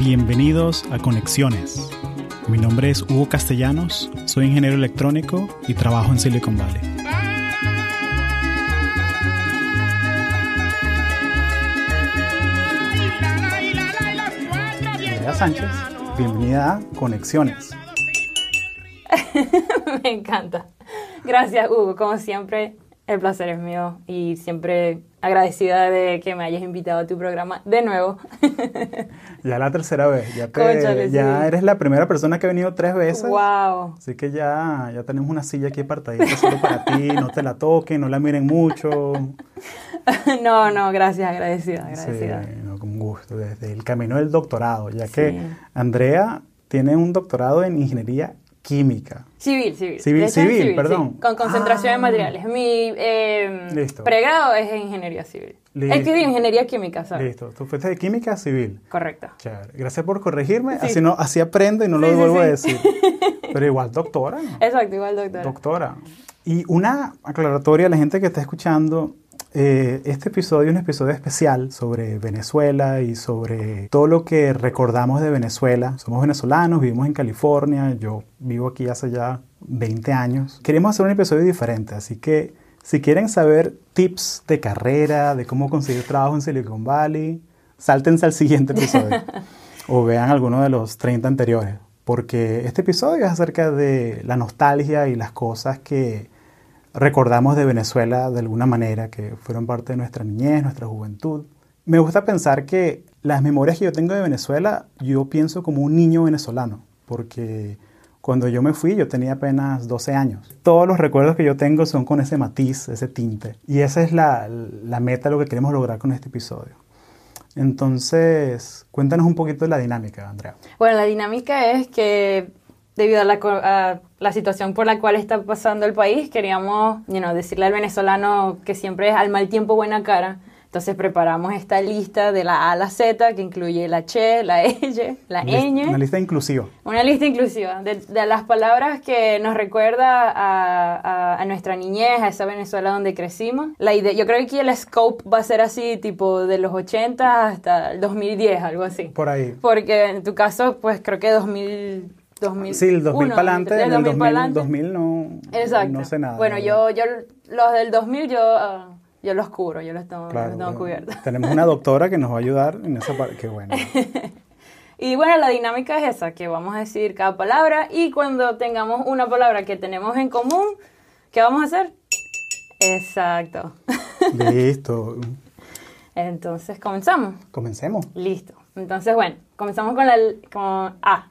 Bienvenidos a Conexiones. Mi nombre es Hugo Castellanos, soy ingeniero electrónico y trabajo en Silicon Valley. Andrea Sánchez, bienvenida a Conexiones. Me encanta. Gracias, Hugo. Como siempre, el placer es mío y siempre agradecida de que me hayas invitado a tu programa de nuevo. Ya la tercera vez, ya, te- Cónchale, ya sí. eres la primera persona que ha venido tres veces. wow. Así que ya, ya tenemos una silla aquí apartadita solo para ti, no te la toquen, no la miren mucho. No, no, gracias, agradecida, Sí, agradecida. no, con gusto, desde el camino del doctorado, ya Sí. que Andrea tiene un doctorado en ingeniería química. Civil, civil. Civil, De hecho, civil, en perdón. Ah. sí, con concentración en materiales. Mi eh, Listo. pregrado es en ingeniería civil. Listo. Es que de ingeniería química, ¿sabes? Listo, tú fuiste de química civil. Correcto. Chévere. Gracias por corregirme, Sí. así, no, así aprendo y no lo Sí, sí, vuelvo a sí. decir. Pero igual, doctora. Exacto, igual doctora. Doctora. Y una aclaratoria a la gente que está escuchando. eh, este episodio es un episodio especial sobre Venezuela y sobre todo lo que recordamos de Venezuela. Somos venezolanos, vivimos en California, yo vivo aquí hace ya 20 años. Queremos hacer un episodio diferente, así que si quieren saber tips de carrera, de cómo conseguir trabajo en Silicon Valley, sáltense al siguiente episodio o vean alguno de los 30 anteriores, porque este episodio es acerca de la nostalgia y las cosas que recordamos de Venezuela de alguna manera, que fueron parte de nuestra niñez, nuestra juventud. Me gusta pensar que las memorias que yo tengo de Venezuela, yo pienso como un niño venezolano, porque cuando yo me fui yo tenía apenas 12 años. Todos los recuerdos que yo tengo son con ese matiz, ese tinte. Y esa es la, la meta, lo que queremos lograr con este episodio. Entonces, cuéntanos un poquito de la dinámica, Andrea. Bueno, la dinámica es que debido a la, co- a la situación por la cual está pasando el país, queríamos you know, decirle al venezolano que siempre es al mal tiempo buena cara. Entonces preparamos esta lista de la A a la Z, que incluye la Che, la E, Y, la Una lista- Ñ. Una lista inclusiva. Una lista inclusiva de, de las palabras que nos recuerda a, a- a nuestra niñez, a esa Venezuela donde crecimos. La idea, yo creo que aquí el scope va a ser así, tipo de los 80 hasta el 2010, algo así. Por ahí. Porque en tu caso, pues creo que 2000, 2000 Sí, el 2000 para adelante. del En el 2000, 2000 2000 no, Exacto. no sé nada. Bueno, ¿no? yo, yo los del 2000 yo, ah, yo los cubro, yo los tengo, yo Claro, los tengo bueno, cubiertos. Tenemos una doctora que nos va a ayudar en esa parte. Qué bueno. Y bueno, la dinámica es esa, que vamos a decir cada palabra y cuando tengamos una palabra que tenemos en común, ¿qué vamos a hacer? Exacto. Listo. Entonces, comenzamos. Comencemos. Listo. Entonces, bueno, comenzamos con la con A.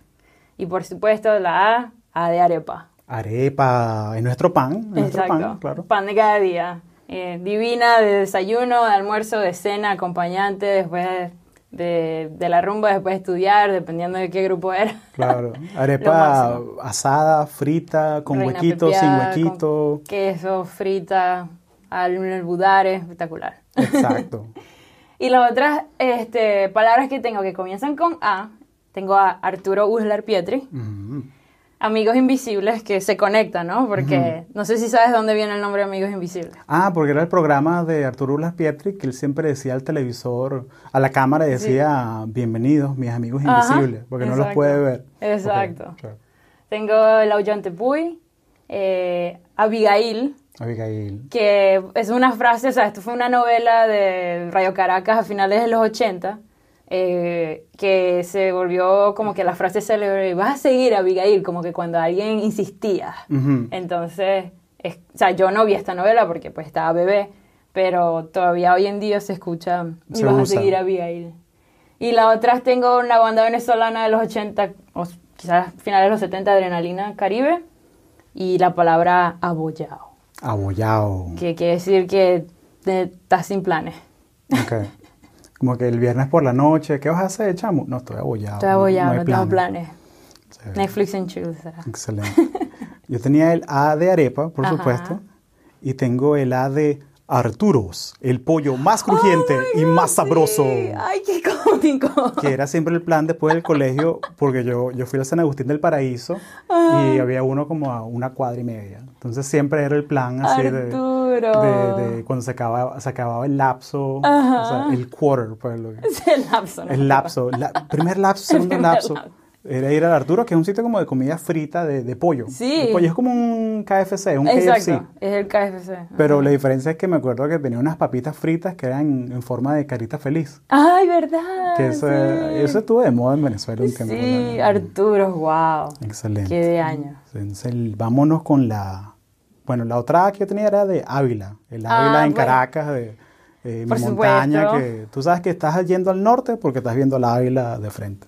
Y por supuesto, la A, A de arepa. Arepa, en nuestro pan. En nuestro pan, claro. Pan de cada día. Eh, divina de desayuno, de almuerzo, de cena, acompañante, después de, de- de la rumba, después de estudiar, dependiendo de qué grupo era. Claro. Arepa máximo. asada, frita, con Reina huequito, sin pepiada, huequito. con queso, frita, albudare, espectacular. Exacto. Y las otras este, palabras que tengo que comienzan con A, tengo a Arturo Uslar Pietri, Mm. Amigos Invisibles, que se conectan, ¿no? Porque no sé si sabes dónde viene el nombre Amigos Invisibles. Ah, porque era el programa de Arturo Ulas Pietri que él siempre decía al televisor, a la cámara, y decía, bienvenidos, mis amigos Ajá, invisibles, porque no los exacto. puede ver. Exacto. Ok, claro. Tengo la Ollante Puy, eh, Abigail, Abigail. que es una frase, o sea, esto fue una novela de Radio Caracas a finales de los 80, eh, que se volvió como que la frase célebre, vas a seguir Abigail, como que cuando alguien insistía. Ujú. Entonces, es- o sea, yo no vi esta novela porque pues estaba bebé, pero todavía hoy en día se escucha, y Se vas usa. a seguir Abigail. Y la otra es, tengo una banda venezolana de los 80, o s- quizás finales de los 70, Adrenalina Caribe, y la palabra abollado Abollado. que quiere decir que te- estás sin planes. Ok. Como que el viernes por la noche, ¿qué vas a hacer, chamo? No, estoy abollado. Estoy abollado, Ah, hay no, tengo planes. planes. Sí. Netflix and chill será. Excelente. Yo tenía el A de arepa, por Ajá. supuesto, y tengo el A de Arturos, el pollo más crujiente Oh my y God, más sabroso. sí. Ay, qué cómico. que era siempre el plan después del colegio, porque yo, yo fui a San Agustín del Ah. Paraíso y había uno como a una cuadra y media. Entonces siempre era el plan así de... duro. de, de cuando se acababa, se acababa el lapso, Ajá. o sea, el quarter, para lo que- El lapso. ¿no? el lapso, la- primer lapso, segundo primer lapso. lapso. Era ir al Arturo, que es un sitio como de comida frita de, de pollo. Sí. El pollo es como un KFC, un Exacto, KFC. es el KFC. Pero la diferencia es que me acuerdo que tenía unas papitas fritas que eran en forma de carita feliz. Ay, verdad. Que eso, eso estuvo de moda en Venezuela. sí. un tiempo, Sí, ¿no? Arturo, wow. Excelente. Qué de año. Entonces, el- vámonos con la. Bueno, la otra que yo tenía era de Ávila. El Ah, Ávila en bueno. Caracas, de eh, Por mi montaña. supuesto. Que, tú sabes que estás yendo al norte porque estás viendo la Ávila de frente.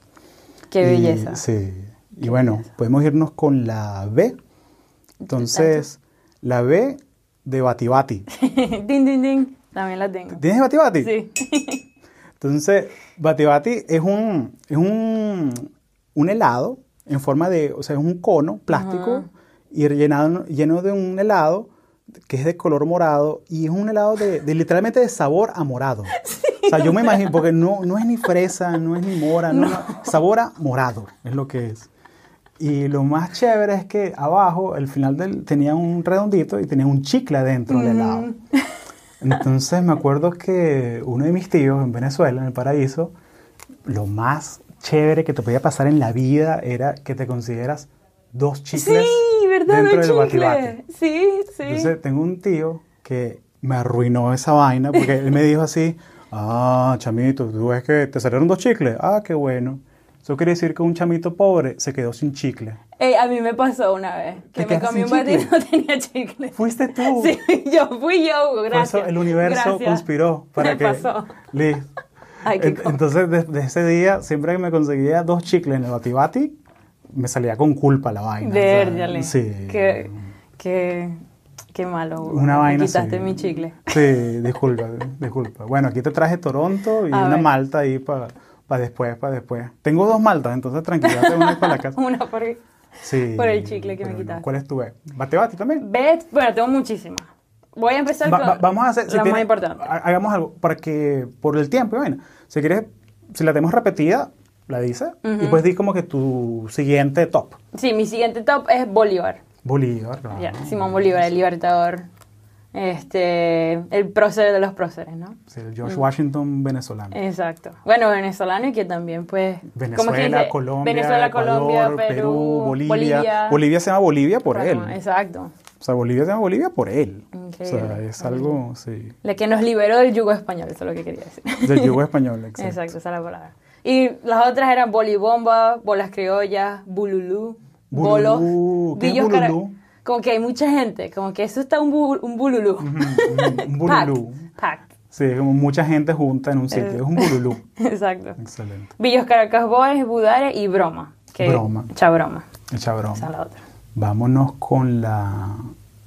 Qué Y- belleza. sí. Y bueno, podemos irnos con la B. Entonces, la B de Batibati. din, din, din. También la tengo. ¿Tienes Batibati? Sí. Entonces, Batibati es un, es un, un helado en forma de, o sea, es un cono plástico y rellenado, lleno de un helado que es de color morado y es un helado de, de literalmente de sabor a morado. o sea, yo me imagino, porque no, no es ni fresa, no es ni mora, no, no, sabor a morado es lo que es. Y lo más chévere es que abajo, al final del, tenía un redondito y tenía un chicle adentro Mm. del helado. Entonces me acuerdo que uno de mis tíos en Venezuela, en el paraíso, lo más chévere que te podía pasar en la vida era que te consideras dos chicles Sí, ¿verdad? dentro Dos del batibate. chicles. Sí, sí. Entonces tengo un tío que me arruinó esa vaina porque él me dijo así, ah, chamito, tú ves que te salieron dos chicles, ah, qué bueno. Eso quiere decir que un chamito pobre se quedó sin chicle. Ey, a mí me pasó una vez ¿Te que me quedaste comí sin un batido y chicle? no tenía chicle. Fuiste tú. Sí, yo fui yo, gracias. Por eso el universo Gracias. conspiró para me que... pasó. Liz, Ay, qué En- cosa. Entonces, desde ese día, siempre que me conseguía dos chicles en el batibati, me salía con culpa la vaina. o sea, Vérdale. sí. Qué, qué, qué malo. Hugo. Una Me vaina Quitaste sí. mi chicle. Sí, disculpa, disculpa. Bueno, aquí te traje Toronto y A una ver. malta ahí para después, para después. Tengo dos maltas, entonces tranquila, te una para la casa. Una por. Sí, por el chicle que me pero no. quitaste. ¿Cuál es tu B? ¿Batibati también? Bet, bueno, tengo muchísimas. Voy a empezar Va- con. va- vamos a hacer. si la más tiene- Ah. importante. ha- Hagamos algo para que, por el tiempo, y bueno, si quieres, si la tenemos repetida, la dices y pues di como que tu siguiente top. Sí, mi siguiente top es Bolívar. Bolívar, claro. Ya, Simón Bolívar, el libertador. Este, el prócer de los próceres, ¿no? Sí, el Mm. George Washington venezolano. Exacto. Bueno, venezolano y que también, pues. Eh, ¿cómo es que Venezuela, dice? Colombia, Venezuela, Colombia, Ecuador, Perú, Bolivia. Bolivia. se llama Bolivia por Panamá, él. Exacto. O sea, Bolivia se llama Bolivia por él. O sea, Increíble. es algo, sí, La que nos liberó del yugo español, eso es lo que quería decir. del yugo español. exacto. Exacto, esa es la palabra. Y las otras eran bolibomba, bolas criollas, bululú, bolos, Bululú, ¿qué es billos cara- bululú? Como que hay mucha gente, como que eso está un, bu- un bululú. un- un bululú. Packed, Sí, es como mucha gente junta en un sitio. Es un burulú. packed. Exacto. Excelente. Villos Caracas Boys, Budare y Broma. Que, Broma. Cha Broma, El chabrón. esa es la otra. Vámonos con la,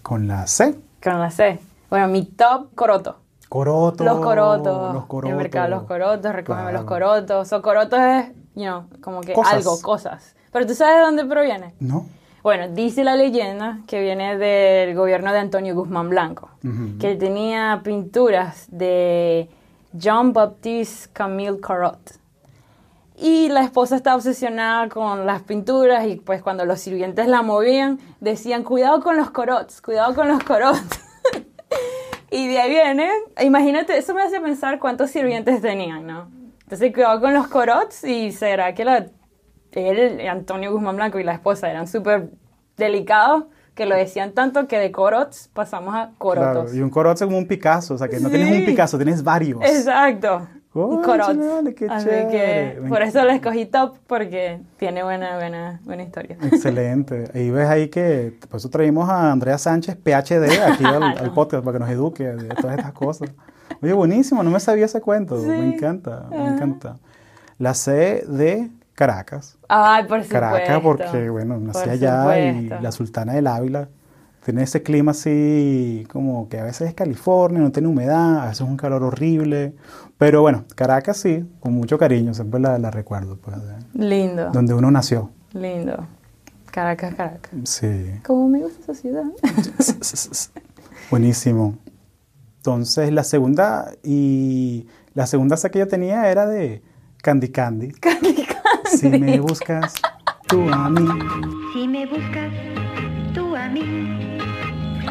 con la C. Con la C. Bueno, mi top, coroto. Coroto. Los corotos. Los El corotos. mercado de los corotos, recógeme los Claro. corotos. O corotos es, you know, como que Cosas. algo, cosas. Pero tú sabes de dónde proviene. ¿No? Bueno, dice la leyenda que viene del gobierno de Antonio Guzmán Blanco, Ujú. que tenía pinturas de Jean Baptiste Camille Corot. Y la esposa estaba obsesionada con las pinturas y pues cuando los sirvientes la movían decían, cuidado con los corots, cuidado con los corots. Y de ahí viene, imagínate, eso me hace pensar cuántos sirvientes tenían, ¿no? Entonces, cuidado con los corots y será que la, él, Antonio Guzmán Blanco y la esposa eran súper delicados, que lo decían tanto que de corots pasamos a Claro, corotos. y un coroto es como un Picasso, o sea que no tienes un Sí. Picasso, tienes varios. Exacto. Cónchale, corots. vale, qué Así chévere. que Me por encanta. eso lo escogí top, porque tiene buena, buena, buena historia. Excelente. Ahí ves ahí que por eso traímos a Andrea Sánchez, PhD, aquí al, al podcast para que nos eduque de todas estas cosas. Oye, buenísimo, no me sabía ese cuento. Me Sí. encanta, me encanta. La C de Caracas. Ay, por supuesto. Caracas, porque bueno, nací Por allá y supuesto. la Sultana del Ávila tiene ese clima así como que a veces es California, no tiene humedad, a veces es un calor horrible. Pero bueno, Caracas sí, con mucho cariño, siempre la, la recuerdo, pues, de- Lindo, donde uno nació. lindo. Caracas, Caracas. Sí. Como me gusta esa ciudad. Buenísimo. Entonces, la segunda y la segunda esa que yo tenía era de Candy Candy. Candy Candy. Si me buscas tú a mí. Si me buscas tú a mí,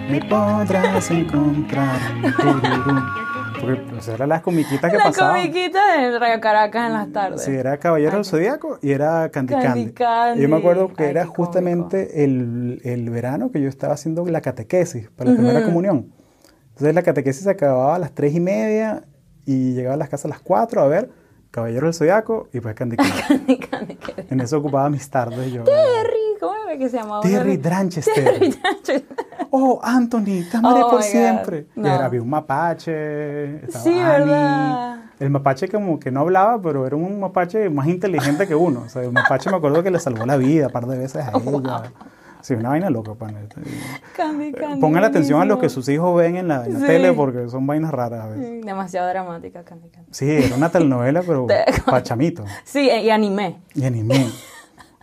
me podrás encontrar. Tururum. Porque pues, era las comiquitas que La pasaban. comiquita de Radio Caracas en las tardes. Sí, era Caballero del Zodíaco y era Candy Candy Candy. Candy. Yo me acuerdo que Ay, era qué cómico. justamente el, el verano que yo estaba haciendo la catequesis para la primera comunión. Entonces la catequesis se acababa a las tres y media y llegaba a las casas a las 4 a ver Caballero del Zodiaco y pues Candy Candy. Candy Candy, qué en eso ocupaba mis tardes yo. Terry, ¿cómo era que se llamaba? Terry Dranchester. Terry Dranchester. Oh, Anthony, te amaré Oh por my God, siempre. Y no. era- había un mapache. Estaba Sí, Annie. ¿verdad? El mapache como que no hablaba, pero era un mapache más inteligente que uno. O sea, el mapache me acuerdo que le salvó la vida un par de veces a ella. Sí, una vaina loca, pana. Candy Candy. Pongan atención a lo que buenísimo. sus hijos ven en la, en la Sí. tele porque son vainas raras. a veces. Mm, Demasiado dramática, Candy Candy. Sí, era una telenovela, pero Te- pachamito. Sí, eh, y animé. Y anime.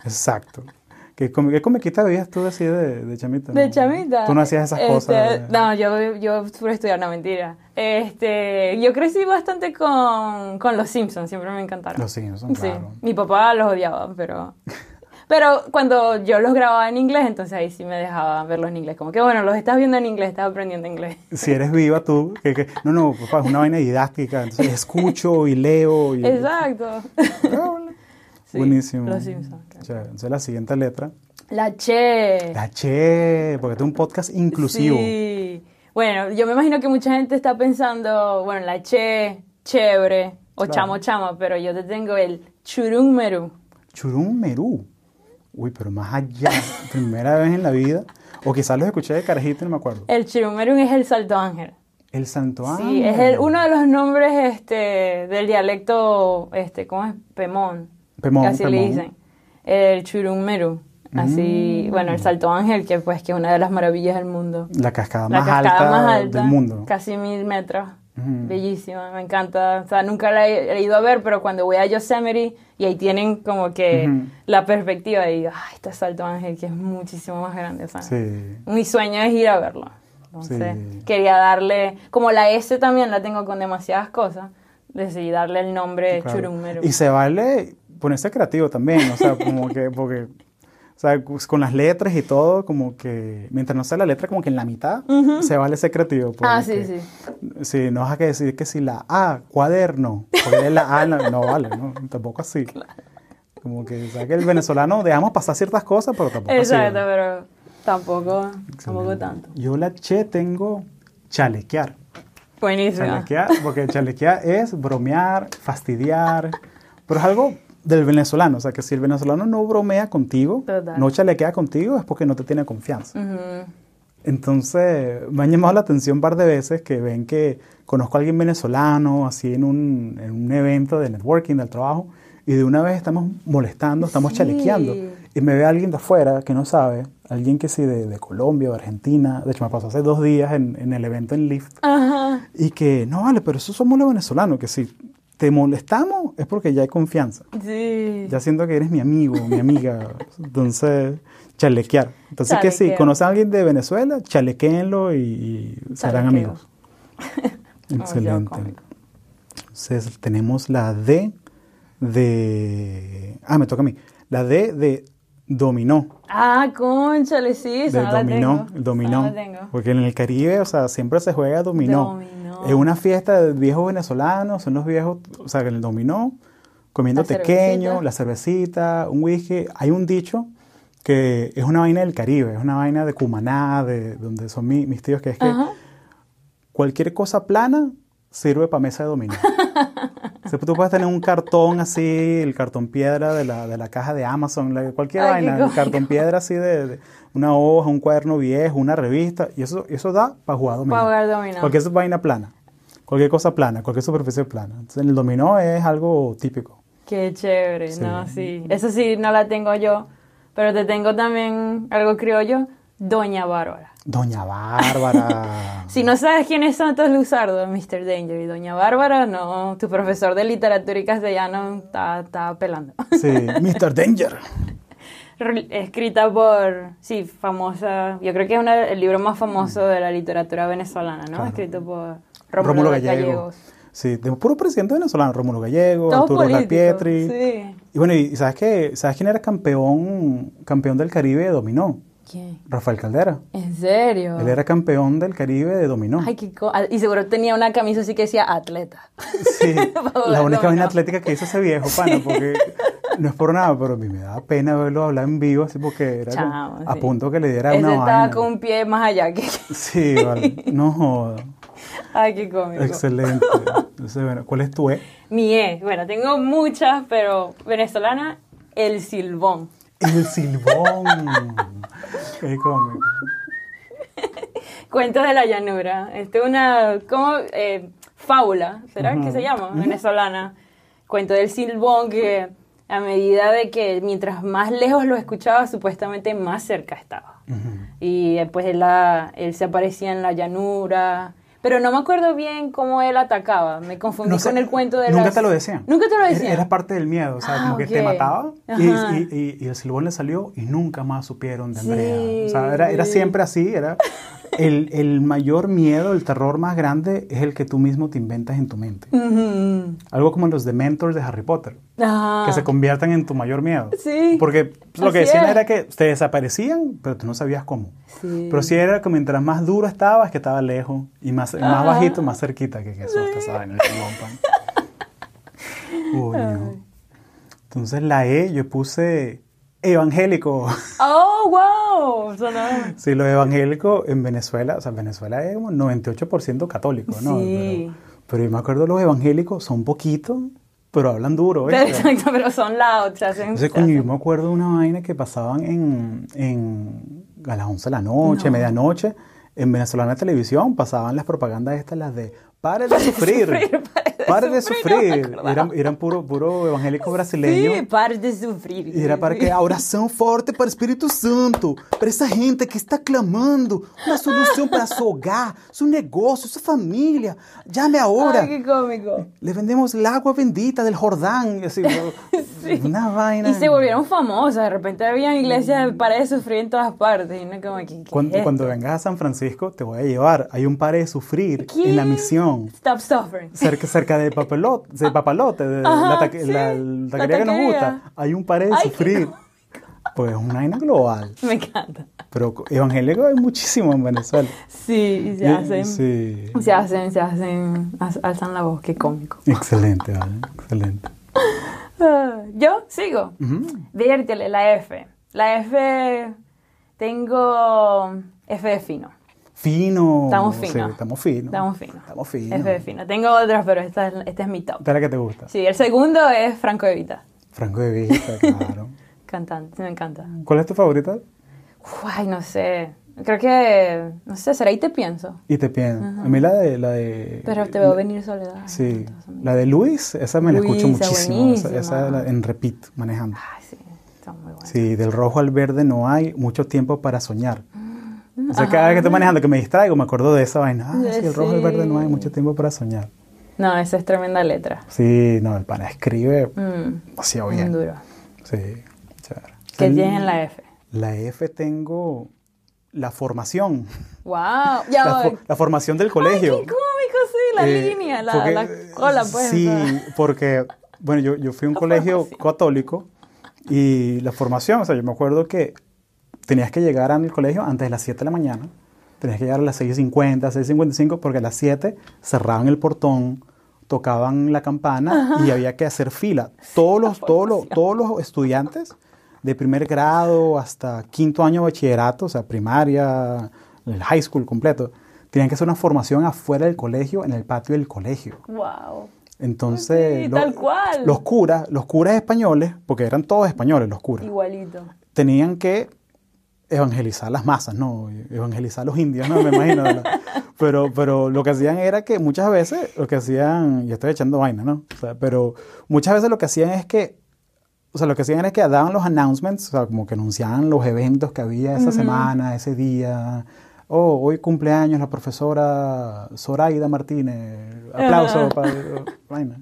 Exacto. ¿Qué, com- qué comiquita veías tú así de, de chamita? De chamita. Tú no hacías esas Este, cosas. de- No, yo, yo fui a estudiar, no, mentira. Este, yo crecí bastante con, con los Simpsons, siempre me encantaron. Los Simpsons, Sí, claro. mi papá los odiaba, pero... Pero cuando yo los grababa en inglés, entonces ahí sí me dejaba verlos en inglés. Como que, bueno, los estás viendo en inglés, estás aprendiendo inglés. si eres viva tú, que, que- no, no, papá, es una vaina didáctica, entonces escucho y leo y... Ah, Exacto. Sí, Buenísimo. Los Simpsons. Chévere. Entonces la siguiente letra, La Che. la che, porque este es un podcast inclusivo. Sí. Bueno, yo me imagino que mucha gente está pensando, bueno, la Che, chévere, o Claro. chamo chama, pero yo te tengo el churummeru. Churum Merú. Uy, pero más allá, primera vez en la vida, o quizás los escuché de carajito, no me acuerdo. El churummeru es el salto ángel. El Santo Sí, Ángel. es el- uno de los nombres este, del dialecto, este, ¿cómo es? Pemón. Pemón, Que así le Pemón. Mm. dicen. El churummeru. Así, bueno, el salto ángel, que pues que es una de las maravillas del mundo. La cascada, La más, cascada alta más alta del mundo. Mm. Casi mil metros. Bellísima, me encanta. O sea, nunca la he, he ido a ver, pero cuando voy a Yosemite y ahí tienen como que Ujú. la perspectiva y digo, ay, este Salto Ángel que es muchísimo más grande. O sea, Sí. mi sueño es ir a verlo. Entonces, Sí. quería darle, como la S también la tengo con demasiadas cosas, decidí darle el nombre Claro. Churumero. Y se vale ponerse creativo también, o sea, como que, porque, o sea, pues, con las letras y todo, como que, mientras no sea la letra como que en la mitad, se vale ser creativo. Ah, sí, porque- sí. Sí, no vas a que decir que si la A, cuaderno, porque la A en la- no vale, ¿no? Tampoco así. Como que, o sea, que el venezolano dejamos pasar ciertas cosas, pero tampoco así. Exacto, ¿no? pero tampoco, tampoco tanto. Yo la Che tengo chalequear. Buenísimo. Chalequear, porque chalequear es bromear, fastidiar, pero es algo del venezolano, o sea que si el venezolano no bromea contigo, Total. no chalequea contigo, es porque no te tiene confianza. Entonces, me han llamado la atención un par de veces que ven que conozco a alguien venezolano, así en un, en un evento de networking, del trabajo, y de una vez estamos molestando, estamos Sí. chalequeando, y me ve alguien de afuera que no sabe, alguien que sí de, de Colombia o Argentina, de hecho me pasó hace dos días en, en el evento en Lyft, Ajá. y que no vale, pero eso somos los venezolanos, que si te molestamos es porque ya hay confianza. Sí. Ya siento que eres mi amigo, mi amiga. Entonces, chalequear. Entonces, que si Chalequeo. conocen a alguien de Venezuela, chalequéenlo y, y serán Chalequeo. amigos. Demasiado Excelente. cómico. Entonces, tenemos la D de. Ah, me toca a mí. La D de dominó. Ah, conchale, sí, esa del no la dominó, tengo. el dominó. Esa no la tengo. Porque en el Caribe, o sea, siempre se juega dominó. Dominó. Es una fiesta de viejos venezolanos, son los viejos, o sea, en el dominó, comiendo La tequeño, cervecita. la cervecita, un whisky. Hay un dicho que es una vaina del Caribe, es una vaina de Cumaná, de donde son mi- mis tíos, que es que Ajá. cualquier cosa plana sirve para mesa de dominó. O sea, tú puedes tener un cartón así, el cartón piedra de la, de la caja de Amazon, la- cualquier Ay, qué vaina, el cómico. cartón piedra así de, de una hoja, un cuaderno viejo, una revista, y eso, eso da para jugar dominó. Pa' jugar dominó. Cualquier su- vaina plana, cualquier cosa plana, cualquier superficie plana. Entonces, el dominó es algo típico. Qué chévere, no, sí. Eso sí, no la tengo yo, pero te tengo también algo criollo, Doña Bárbara. Doña Bárbara. Si no sabes quién es Santos Luzardo, Mr. Danger y Doña Bárbara, no, tu profesor de literatura y castellano está, está apelando. Sí, Mr. Danger. Re- Escrita por, sí, famosa, yo creo que es una- el libro más famoso de la literatura venezolana, ¿no? Escrito por Rómulo, Gallegos. Sí, de puro presidente venezolano, Rómulo Gallego, Todos Arturo políticos, Lapietri. sí. Y bueno, ¿y sabes qué? ¿Sabes quién era campeón, campeón del Caribe de dominó? ¿Quién? Rafael Caldera. ¿En serio? Él era campeón del Caribe de dominó. Ah. Ay, qué co- ah, Y seguro tenía una camisa así que decía atleta. Sí, la Para jugar única vaina dominó. atlética que hizo ese viejo, pana, porque no es por nada, pero a mí me daba pena verlo hablar en vivo, así porque era como Chamo, a sí. punto que le diera Ese una estaba vaina. con un pie más allá que... Sí, vale, no joda. Ay, qué cómico. Excelente. Entonces, bueno, ¿cuál es tu E? Mi E, bueno, tengo muchas, pero venezolana, el silbón. El silbón. Qué cómico. Cuentos de la llanura. Este es una ¿cómo? Eh, fábula, ¿será Ujú. que se llama? Venezolana. Cuento del silbón que a medida de que mientras más lejos lo escuchaba, supuestamente más cerca estaba. Ujú. Y después él, la- él se aparecía en la llanura. Pero no me acuerdo bien cómo él atacaba. Me confundí No sé, con el cuento de Nunca las- te lo decían. Nunca te lo Era- decían. Era parte del miedo, o sea, Ah, como que te ok. mataba y, Ajá. y- y- y el silbón le salió y nunca más supieron de Andrea. O sea, era, era Sí. siempre así, era el, el mayor miedo, el terror más grande es el que tú mismo te inventas en tu mente. Mm. Ujú. Algo como los dementors de Harry Potter, Ah. que se conviertan en tu mayor miedo. Sí. Porque pues, lo que Así decían es. era que te desaparecían, pero tú no sabías cómo. Sí. Pero sí era que mientras más duro estabas, que estaba lejos, y más, más Ajá. bajito, más cerquita, que que susto esa vaina, el chingón, pan. Uy, no. Entonces la E yo puse evangélico. Oh, wow. Sonaba- Sí, lo evangélico en Venezuela, o sea, Venezuela es como 98% católico, ¿no? Sí. Pero, pero yo me acuerdo los evangélicos son poquitos, pero hablan duro, ¿viste? Exacto, pero son loud, se hacen. Entonces, se coño, yo hacen- me acuerdo de una vaina que pasaban en, en- a las 11 de la noche, medianoche, en venezolana televisión, pasaban las propagandas estas, las de pare de sufrir, sufrir, pare de pare de sufrir", no me sufrir. acordaba. eran, eran puro, puro evangélico brasileño. Sí, par de sufrir. Y era para que a oração forte para o Espírito Santo, para essa gente que está clamando uma solução para seu hogar, seu negócio, sua família. Llame agora. Ay, qué cómico. Le vendemos el agua bendita del Jordán. Así, Una vaina. Y se volvieron famosas, de repente había iglesias de par de sufrir en todas partes. Y uno como, que, ¿qué es Cuando, esto? cuando vengas a San Francisco, te voy a llevar. Hay un par de sufrir ¿Qué? en la misión. Stop suffering. Cerca, cerca de, papelot, de Papalote, de Ah. Ajá, la, taque- sí, la- la la taquería que nos taquería. gusta. Hay un par de Ay, qué sufrir. Pues es una vaina global. Me encanta. Pero evangélico hay muchísimo en Venezuela. Sí, y se Y- hacen. Sí. Se hacen, se hacen, al- alzan la voz, qué cómico. Excelente, vale. Excelente. Ah, Yo sigo. Diértele, la F. La F, tengo F de fino. Fino. Estamos sí, finos. estamos finos. Estamos finos. Estamos finos. F de fino. Tengo otras, pero esta es, esta es mi top. Esta es la que te gusta. Sí, el segundo es Franco Evita, Franco de Vista, claro. cantante, me encanta. ¿Cuál es tu favorita? Uf, Ay, no sé. Creo que, no sé, será y te pienso. Y te pienso. A mí la de, la de. Pero te veo venir soledad. Ay, Sí. tantos amigos. La de Luis, esa me la escucho Luis, esa muchísimo. Esa, buenísima. Ah, esa la- en repeat, manejando. Ay, sí, está muy bueno. Sí, del rojo al verde no hay mucho tiempo para soñar. Mm. O sea, cada Ah. vez que estoy manejando, que me distraigo, me acuerdo de esa vaina. Ah, sí, el rojo al verde no hay mucho tiempo para soñar. No, esa es tremenda letra. Sí, no, el pana escribe Mm, demasiado un bien. duro. Sí, chévere. Que El- tienes en la F. La F tengo la formación. Wow. Ya La, voy. fo- la formación del colegio. Ay, qué cómico, sí, la Eh, línea, la, porque- la cola, pues. Sí, ¿no? porque, bueno, yo, yo fui a un colegio formación. católico y la formación, o sea, yo me acuerdo que tenías que llegar al colegio antes de las 7 de la mañana, tenías que llegar a las 6.50, 6.55, porque a las 7 cerraban el portón, tocaban la campana y había que hacer fila. Todos los, todos los, todos los estudiantes de primer grado hasta quinto año de bachillerato, o sea, primaria, el high school completo, tenían que hacer una formación afuera del colegio, en el patio del colegio. Wow. Entonces, Sí, tal cual. los curas, los curas españoles, porque eran todos españoles los curas, Igualito. tenían que evangelizar las masas, ¿no? Evangelizar los indios, ¿no? Me imagino. ¿verdad? Pero, pero lo que hacían era que muchas veces lo que hacían, y estoy echando vaina, ¿no? O sea, pero muchas veces lo que hacían es que, o sea, lo que hacían era que daban los announcements, o sea, como que anunciaban los eventos que había esa semana, ese día. Oh, hoy cumpleaños la profesora Zoraida Martínez. Aplauso para vaina.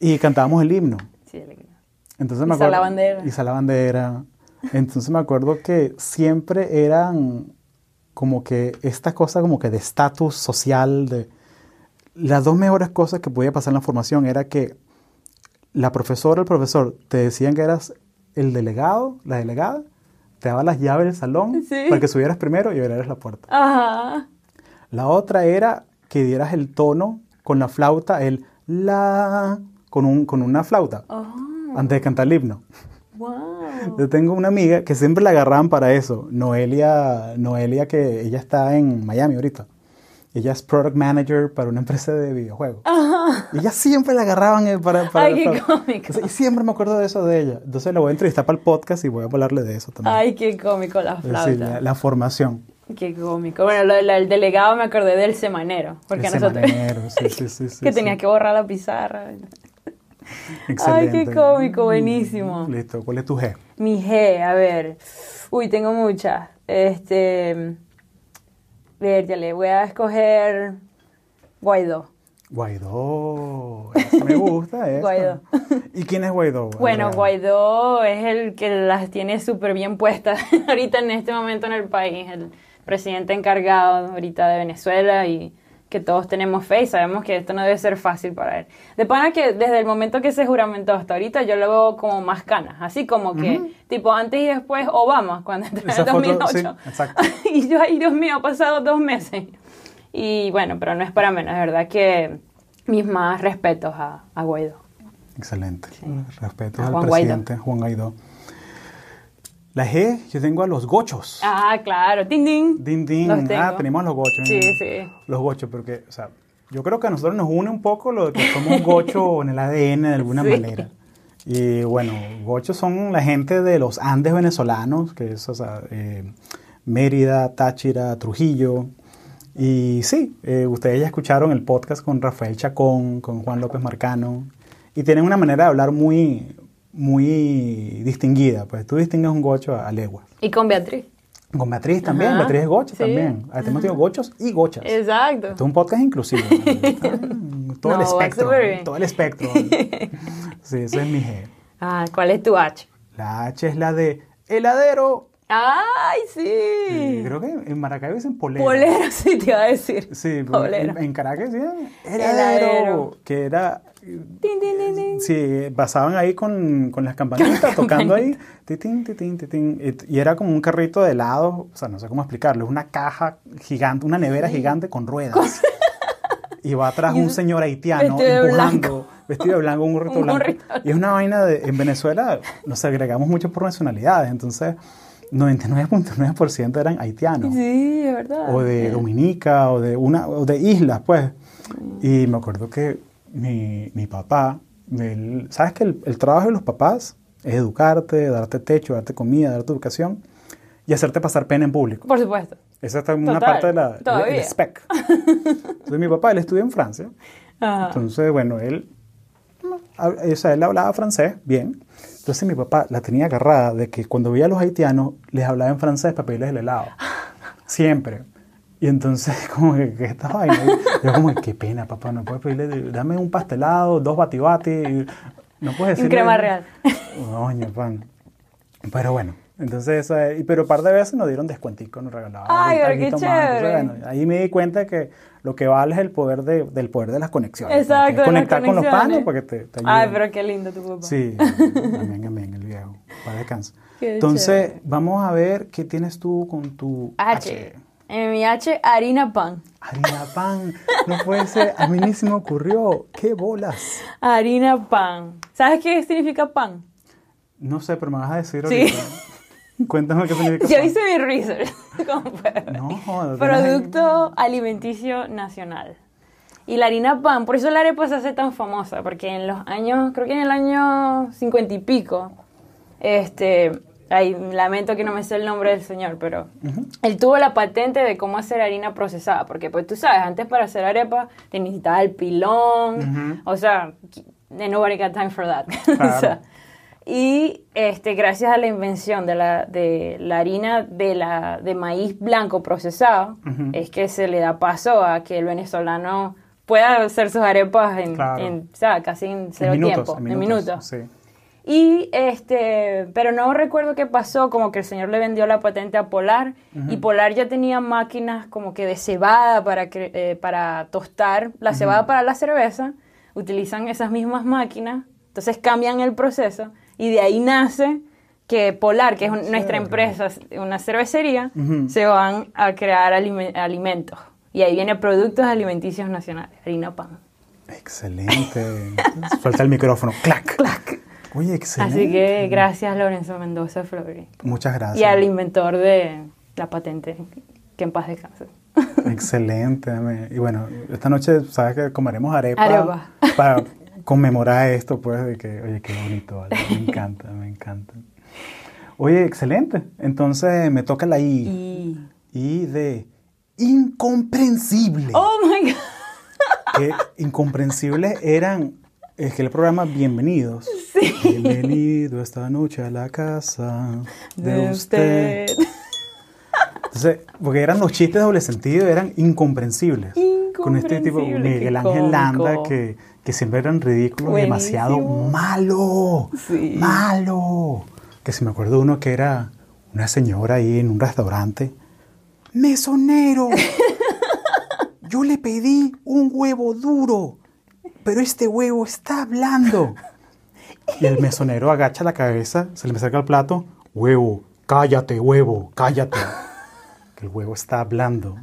Y cantábamos el himno. Sí, la línea. Entonces Izar me la acuerdo, bandera. izar la bandera. Entonces me acuerdo que siempre eran como que esta cosa como que de estatus social, de... Las dos mejores cosas que podía pasar en la formación era que la profesora o el profesor te decían que eras el delegado, la delegada, te daba las llaves del salón Sí. para que subieras primero y abrieras la puerta. Ajá. La otra era que dieras el tono con la flauta, el la, con, un, con una flauta, Oh, antes de cantar el himno. wow. Yo tengo una amiga que siempre la agarraban para eso, Noelia, Noelia que ella está en Miami ahorita. Ella es product manager para una empresa de videojuegos. Y ella siempre la agarraban eh, para... para Ay, qué para- cómico. Entonces, y siempre me acuerdo de eso de ella. Entonces la voy a entrevistar para el podcast y voy a hablarle de eso también. Ay, qué cómico la Es decir, flauta. la, la formación. Qué cómico. Bueno, lo del el delegado me acordé del semanero. Porque El nosotros. semanero, sí, sí, sí, sí, que sí. tenía que borrar la pizarra. Ay, Excelente. Mm, qué cómico, buenísimo. Listo, ¿cuál es tu G? Mi G, a ver. Uy, tengo muchas. Este. Ver, ya le voy a escoger. Guaidó. Guaidó. Esa me gusta, esa. Guaidó. ¿Y quién es Guaidó? Bueno, Andrea? Guaidó es el que las tiene súper bien puestas ahorita en este momento en el país, el presidente encargado ahorita de Venezuela y que todos tenemos fe y sabemos que esto no debe ser fácil para él. De pana que desde el momento que se juramentó hasta ahorita yo lo veo como más canas, así como que tipo antes y después Obama cuando entró en Esa el foto, 2008. sí, exacto. y yo, ay Dios mío, ha pasado dos meses. Y bueno, pero no es para menos, de verdad que mis más respetos a, a Guaidó. Excelente. Respeto A al Juan Guaidó. presidente Juan Guaidó. La G, yo tengo a los gochos. Ah, claro. Ding, ding. Din, din. Los tengo. Ah, tenemos los gochos. Sí, ¿no? sí. Los gochos, porque, o sea, yo creo que a nosotros nos une un poco lo de que somos gochos en el ADN de alguna Sí. manera. Y bueno, gochos son la gente de los Andes venezolanos, que es, o sea, eh, Mérida, Táchira, Trujillo. Y sí, eh, ustedes ya escucharon el podcast con Rafael Chacón, con Juan López Marcano, y tienen una manera de hablar muy, muy distinguida. Pues tú distingues un gocho a, a leguas. Y con Beatriz. Con Beatriz también, Ajá. Beatriz es gocha Sí. también. Ah, Hemos tenido gochos y gochas. Exacto. Esto es un podcast inclusivo. Ah, todo el No, va espectro. súper bien. Todo el espectro. Sí, eso es mi G. Ah, ¿cuál es tu H? La H es la de heladero. Ay, Sí, sí. Creo que en Maracaibo dicen polero. Polero, sí te iba a decir. Sí, pero polero. en, en Caracas decían heladero. Heladero. Que era Tin, tin, tin, tin. Sí, pasaban ahí con, con las campanitas, tocando ahí. titín, titín, titín, y, y era como un carrito de helado, o sea, no sé cómo explicarlo, es una caja gigante, una nevera gigante con ruedas. Y va atrás un señor haitiano vestido de empujando, blanco. vestido de blanco, un gorrito Un blanco. gorrito blanco. Y es una vaina de, en Venezuela, nos agregamos mucho por nacionalidades, entonces 99.9% eran haitianos Sí, es verdad. o de Dominica o de una o de islas pues y me acuerdo que mi, mi papá él- sabes que el, el trabajo de los papás es educarte darte techo darte comida darte educación y hacerte pasar pena en público Por supuesto. esa está una Total, parte de la- de- del todavía. spec entonces mi papá él estudió en Francia Ajá. entonces bueno él hab- o sea, él hablaba francés bien entonces mi papá la tenía agarrada de que cuando veía a los haitianos les hablaba en francés para pedirles el helado Siempre. Y entonces, como que, ¿qué esta vaina? Y Yo como, que, qué pena, papá, no puedes pedirle, dame un pastelado, dos batibati, y no puedes Y decir... un crema real. Coño, pan. Pero bueno, entonces, eso es- y- pero un par de veces nos dieron descuentico, nos regalaban Ay, un pero qué alguito más. Entonces, chévere. bueno, ahí me di cuenta que lo que vale es el poder de, del poder de las conexiones. ¿no? Exacto. Que es las conectar con los panos conexiones. para que te, te Ay, ayuden. pero qué lindo tu papá. Sí, amén, amén, el viejo. Para descanso. Qué Entonces, chévere. vamos a ver qué tienes tú con tu H. En mi H, harina pan. Harina pan, no puede ser, a mí ni se me ocurrió, qué bolas. Harina pan. ¿Sabes qué significa pan? No sé, pero me vas a decir Sí. ahorita. Cuéntame qué significa Yo pan. hice mi research. como puedes ver. No, joder, Producto alimenticio nacional. Y la harina pan, por eso la arepa se hace tan famosa, porque en los años, creo que en el año cincuenta y pico, este, ay, lamento que no me sé el nombre del señor, pero él tuvo la patente de cómo hacer harina procesada, porque pues tú sabes, antes para hacer arepa te necesitaba el pilón, o sea, nobody got time for that. O Claro. sea, y este, gracias a la invención de la, de la harina de, la, de maíz blanco procesado, Ujú. es que se le da paso a que el venezolano pueda hacer sus arepas en, Claro. en, o sea, casi en En cero minutos, tiempo, en en minutos. minutos. Sí. Y este, pero no recuerdo qué pasó, como que el señor le vendió la patente a Polar y Polar ya tenía máquinas como que de cebada para, cre- eh, para tostar la cebada para la cerveza, utilizan esas mismas máquinas, entonces cambian el proceso y de ahí nace que Polar, que es un- nuestra empresa, una cervecería, Ujú. se van a crear alime- alimentos. Y ahí viene productos alimenticios nacionales, harina pan. Excelente. Suelta el micrófono. ¡Clac! Clac. Oye, excelente. Así que gracias Lorenzo Mendoza Flori. Muchas gracias. Y al inventor de la patente, que en paz descanse. Excelente. me- Y bueno, esta noche, ¿sabes que Comeremos arepa. Arepa. Para conmemorar esto, pues, de que, oye, qué bonito, vale, Me encanta, me encanta. Oye, excelente. Entonces me toca la I. Y... I de incomprensible. ¡Oh, my God! Que incomprensibles eran. Es que el programa Bienvenidos. Bienvenido esta noche a la casa de, usted. Entonces, porque eran los chistes de doble sentido, eran incomprensibles. Con este tipo, Incomprensible, Miguel qué Ángel Landa, cómico. que, que siempre eran ridículos, Buenísimo. demasiado malo, Sí. malo. Que se me acuerdo uno que era una señora ahí en un restaurante. Mesonero, yo le pedí un huevo duro, pero este huevo está hablando. Y el mesonero agacha la cabeza, se le acerca al plato, huevo, cállate, huevo, cállate. Que el huevo está hablando.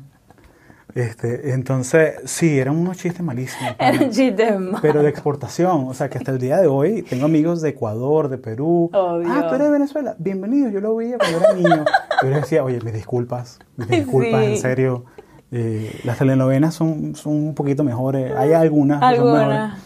Este, entonces, sí, eran unos chistes malísimos. pana, Era chiste malo. Pero de exportación, o sea, que hasta el día de hoy tengo amigos de Ecuador, de Perú. Obvio. Ah, tú eres de Venezuela. Bienvenido, yo lo veía cuando era niño. Pero yo decía, oye, mis disculpas, mis disculpas, Sí. en serio. Eh, las telenovelas son, son un poquito mejores. Hay algunas que son Algunas. mejores.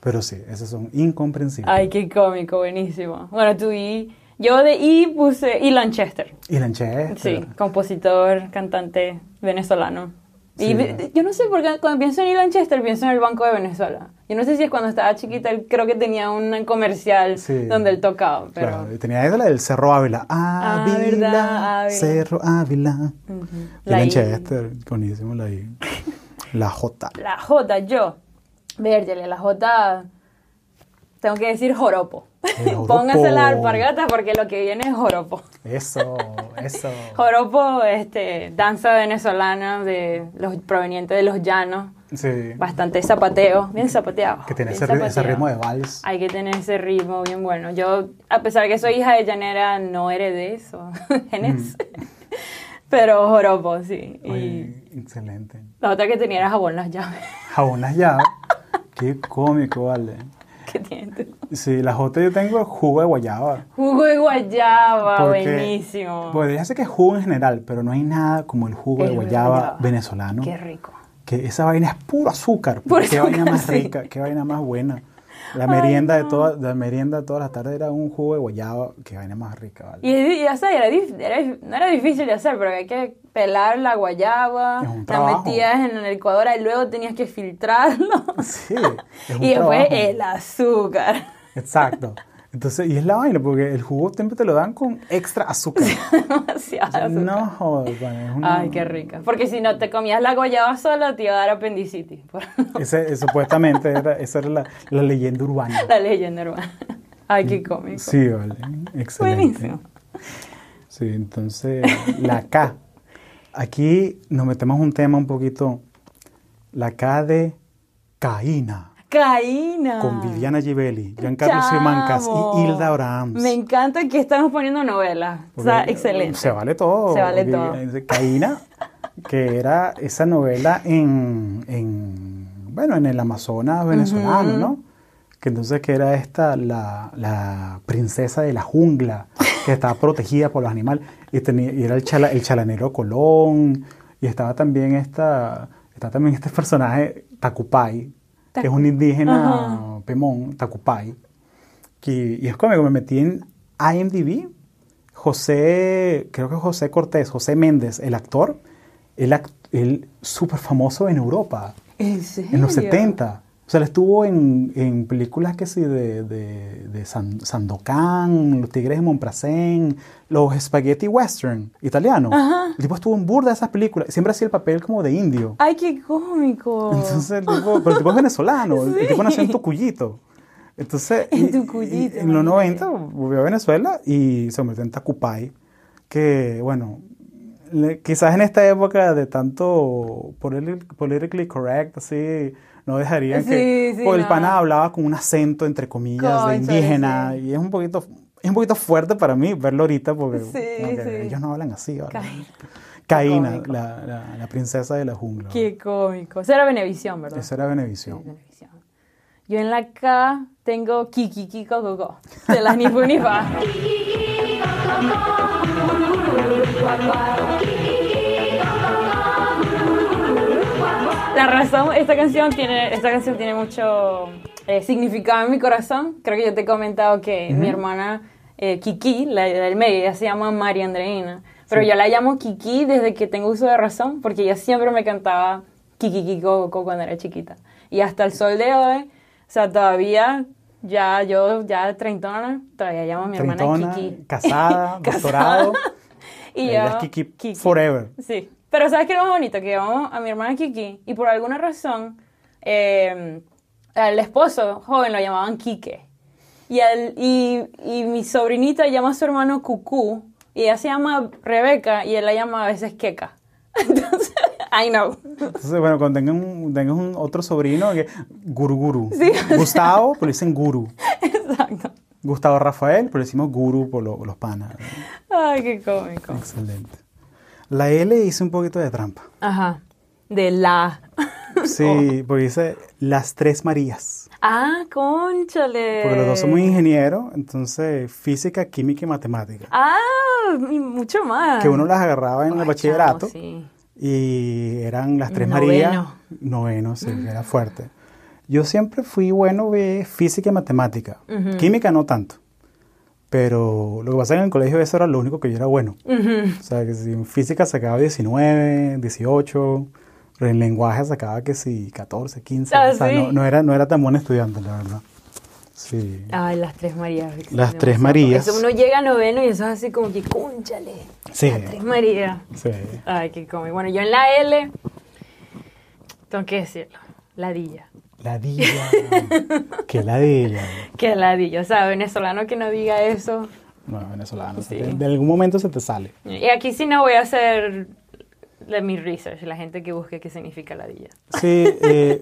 Pero sí, esas son incomprensibles. Ay, qué cómico, buenísimo. Bueno, tú y... Yo de I puse Y Lanchester. Y Lanchester. Sí, compositor, cantante venezolano. Y Sí. vi- yo no sé por qué cuando pienso en Ilan Chester pienso en el Banco de Venezuela. Yo no sé si es cuando estaba chiquita, él creo que tenía un comercial Sí. donde él tocaba, pero Claro, y tenía esa la del Cerro Ávila. Ah, Ávila, verdad, Ávila. Cerro Ávila. Ujú. Y La I. Lanchester, buenísimo la I. La J. la J, yo, Vérgele, la J, tengo que decir joropo. El joropo. Póngase la alpargata porque lo que viene es joropo. Eso, eso. Joropo, este, danza venezolana de los proveniente de los llanos. Sí. Bastante zapateo, bien zapateado. Que tiene bien ese, ri- ese zapateado. ritmo de vals. Hay que tener ese ritmo bien bueno. Yo, a pesar que soy hija de llanera, no heredé eso, genes. Pero joropo, sí. Y Mm. Oye, excelente. la otra que tenía era jabón las llaves. Jabón las llaves. Qué cómico, vale. ¿Qué tienes tú? Sí, la J yo tengo jugo de guayaba. Jugo de guayaba, Porque- Ah, buenísimo. Bueno, ya sé que es jugo en general, pero no hay nada como el jugo de El guayaba, venezolano. Qué rico. Que esa vaina es puro azúcar. pues, Puro qué azúcar, vaina más sí. rica, qué vaina más buena. La merienda de toda, la merienda de todas las tardes era un jugo de guayaba, qué vaina más rica, ¿vale? Y es- ya sabes, era, dif- era- no era difícil de hacer, pero hay que pelar la guayaba, Es un la trabajo. metías en la licuadora y luego tenías que filtrarlo. Sí, es un y después trabajo. el azúcar. Exacto. Entonces, y es la vaina, porque el jugo siempre te lo dan con extra azúcar. Demasiado azúcar. No joder, pana, es una- Ay, qué rica. Porque si no te comías la guayaba sola, te iba a dar apendicitis. Por Ese, eh, supuestamente era, esa era la, la leyenda urbana. la leyenda hermana. Ay, qué cómico. Sí, vale. Excelente. Buenísimo. Sí, entonces, la K. Aquí nos metemos un tema un poquito. La K de Caína, Caína. con Viviana Givelli, Giancarlo Simancas y Chamo. Hilda Brahms. Me encanta que estamos poniendo novelas. O sea, Porque excelente. Se vale todo. Se vale Porque, todo. eh, Caína, que era esa novela en, en, bueno, en el Amazonas venezolano, ¿no? Que entonces que era esta, la, la princesa de la jungla, que estaba protegida por los animales, y, tenía, y era el, chala- el chalanero Colón, y estaba también esta, está también este personaje, Tacupay, que es un indígena Pemón, Tacupay, que, y es cómico, me metí en IMDb. José, creo que José Cortés, José Méndez, el actor, él, act- él súper famoso en Europa, ¿En serio? en los 70. O sea, él estuvo en, en películas que sí, de, de, de San- Sandokan, Los Tigres de Montprasén, los Spaghetti Western italianos. El tipo estuvo en burda de esas películas. Siempre hacía el papel como de indio. Ay, qué cómico. Entonces, el tipo, pero el tipo es venezolano, el- el tipo nació en Tucuyito. Entonces, En y- y- Tucuyito, en los 90 imagínate. volvió a Venezuela y se convirtió en Tacupay, que bueno, le- quizás en esta época de tanto politi- politically correct, así, no dejarían Sí, que... sí, porque el no. pana hablaba con un acento, entre comillas, de Cónchale, indígena, sí. y es un poquito es un poquito fuerte para mí verlo ahorita porque Sí, como que sí. ellos no hablan así. ¿verdad? Caína. Caína, Cómico. la, la- la princesa de la jungla. Qué cómico. Eso era Benevisión, ¿verdad? Esa era Benevisión. Sí, Benevisión. Yo en la K tengo Kiki Kiko Gogo. De las ni fu ni fa. La razón, esta canción tiene, esta canción tiene mucho eh, significado en mi corazón. Creo que yo te he comentado que mi hermana eh, Kiki, la del medio, ella se llama María Andreina. Pero Sí. yo la llamo Kiki desde que tengo uso de razón, porque ella siempre me cantaba Kiki Kiko Coco cuando era chiquita. Y hasta el sol de hoy, o sea, todavía, ya yo, ya treintona, todavía llamo a mi hermana Treintona, Kiki. casada, doctorado. Y Ella yo, es Kiki forever. Sí. Pero ¿sabes qué es lo más bonito? Que llamamos a mi hermana Kiki y por alguna razón eh, al esposo joven lo llamaban Kike. Y, al- y, y mi sobrinita llama a su hermano Cucú y ella se llama Rebeca y él la llama a veces Keka. Entonces, I know. Entonces, bueno, cuando tengan un, tengas un otro sobrino, que, Guru Guru. Gustavo, pues le dicen Guru. Exacto. Gustavo Rafael, pues le decimos Guru por, lo- por los panas. Ay, qué cómico. Excelente. La L hizo un poquito de trampa. Ajá. De la. Oh. Sí, porque dice las tres Marías. Ah, conchale. Porque los dos Eh. somos ingenieros, entonces física, química y matemática. Ah, y mucho más. Que uno las agarraba en el Ay, bachillerato chamo, Ah. sí. y eran las tres Noveno. Marías. Noveno, sí, era fuerte. Yo siempre fui bueno de física y matemática. Química no tanto. Pero lo que pasa es que en el colegio eso era lo único que yo era bueno. O sea, que si en física sacaba 19, 18, pero en lenguaje sacaba que si 14, 15. Ah, o sea, sí. no, no era, no era tan buen estudiante, la verdad. Sí. Ay, las tres Marías. Vixen, Las Tres demasiado. Marías. Eso uno llega a noveno y eso es así como que, cónchale. Sí. Las tres Marías. Sí. Ay, qué cómico. Bueno, yo en la L, tengo que decirlo, ladilla. Ladilla. Qué ladilla. Qué ladilla. O sea, venezolano que no diga eso. No, venezolano. Sí. De, de algún momento se te sale. Y aquí sí no voy a hacer de mi research, la gente que busque qué significa ladilla. Sí, eh,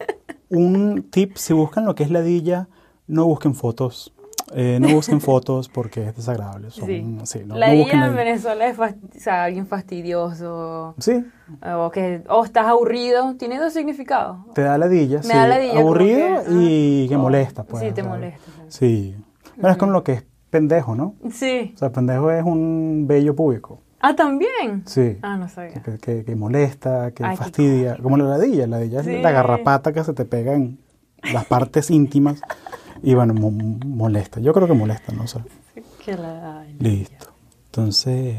un tip, si buscan lo que es ladilla, no busquen fotos. Eh, no busquen fotos porque es desagradable. Son- Sí. sí, no- no ladilla busquen en Venezuela es fast- o sea, alguien fastidioso. eh, Sí, O que o estás aburrido. Tiene dos significados. te da ladilla. Me sí. da ladilla, como Aburrido que, y ah, que oh, molesta. Pues, sí, te ¿sabes? molesta, sí. Sí. Bueno, es con lo que es pendejo, ¿no? Sí. O sea, pendejo es un bello público. Ah, también. Sí. Ah, no sabía. Que, que- que molesta, que Ay, qué fastidia, como la ladilla, la ladilla Sí. es la garrapata que se te pega en las partes íntimas y bueno, mo- molesta, yo creo que molesta, no sé. Que la... Listo. Entonces,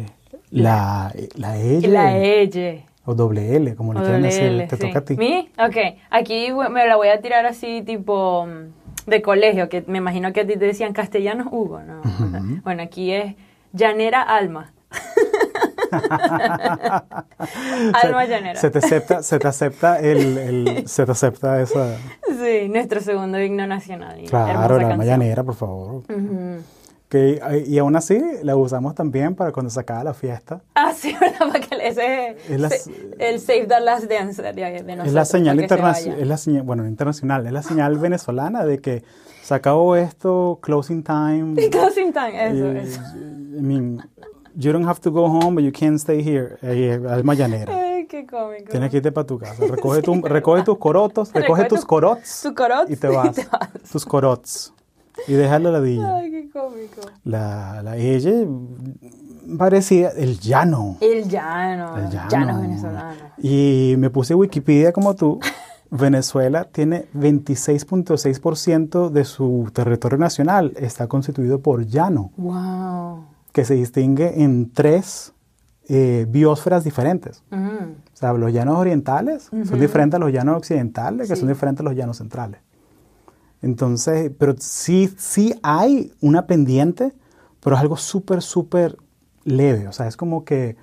la, la L La L. o doble L, como O le quieran doble decir, L, te sí. toca a ti. ¿Mi? Ok. Aquí we- me la voy a tirar así, tipo mm, de colegio, que me imagino que a ti te decían castellano, Hugo, ¿no? Ujú. Bueno, aquí es llanera alma. alma llanera. Se te acepta, se te acepta el, el- se te acepta esa. Sí, nuestro segundo himno nacional. y Claro, hermosa la alma canción. llanera, por favor. Ujú. Que, eh, y aún así la usamos también para cuando se acaba la fiesta. Ah, sí, ¿verdad? Para que ese Es la- se- el Save the Last Dance de, de nosotros. es la señal para que se internacional, vaya. es la señal, bueno, no internacional, es la señal venezolana de que se acabó esto, closing time. Y Closing time, eso, eh, eso. I mean, you don't have to go home, but you can't stay here. Eh, alma llanera. Ay, qué cómico. Tienes que irte para tu casa. Recoge, tu- recoge tus corotos, recoge Recoge tus tu- corots Su corot. y te vas. Tus corots. Y dejar la ladilla. Ay, qué cómico. La, la ella parecía el llano. El llano. El llano. venezolano. Y me puse Wikipedia como tú. Venezuela tiene 26.6% de su territorio nacional. Está constituido por llano, Wow. que se distingue en tres eh, biosferas diferentes. Mm. O sea, los llanos orientales son diferentes a los llanos occidentales, que son diferentes a los llanos centrales. Entonces, pero sí, sí hay una pendiente, pero es algo súper, súper leve. O sea, es como que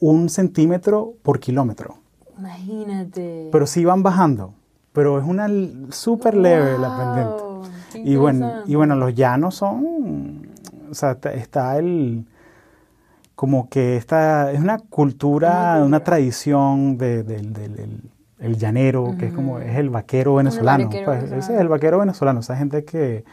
un centímetro por kilómetro. Imagínate. Pero sí van bajando. Pero es una l- súper leve la pendiente. Wow, qué Y bueno, interesante. y bueno, los llanos son. O sea, está- está el. Como que esta es una cultura, una, tradición de- del del- del- el llanero, que es como es el vaquero venezolano. vaquero pues, venezolano. Ese es el vaquero venezolano, esa gente que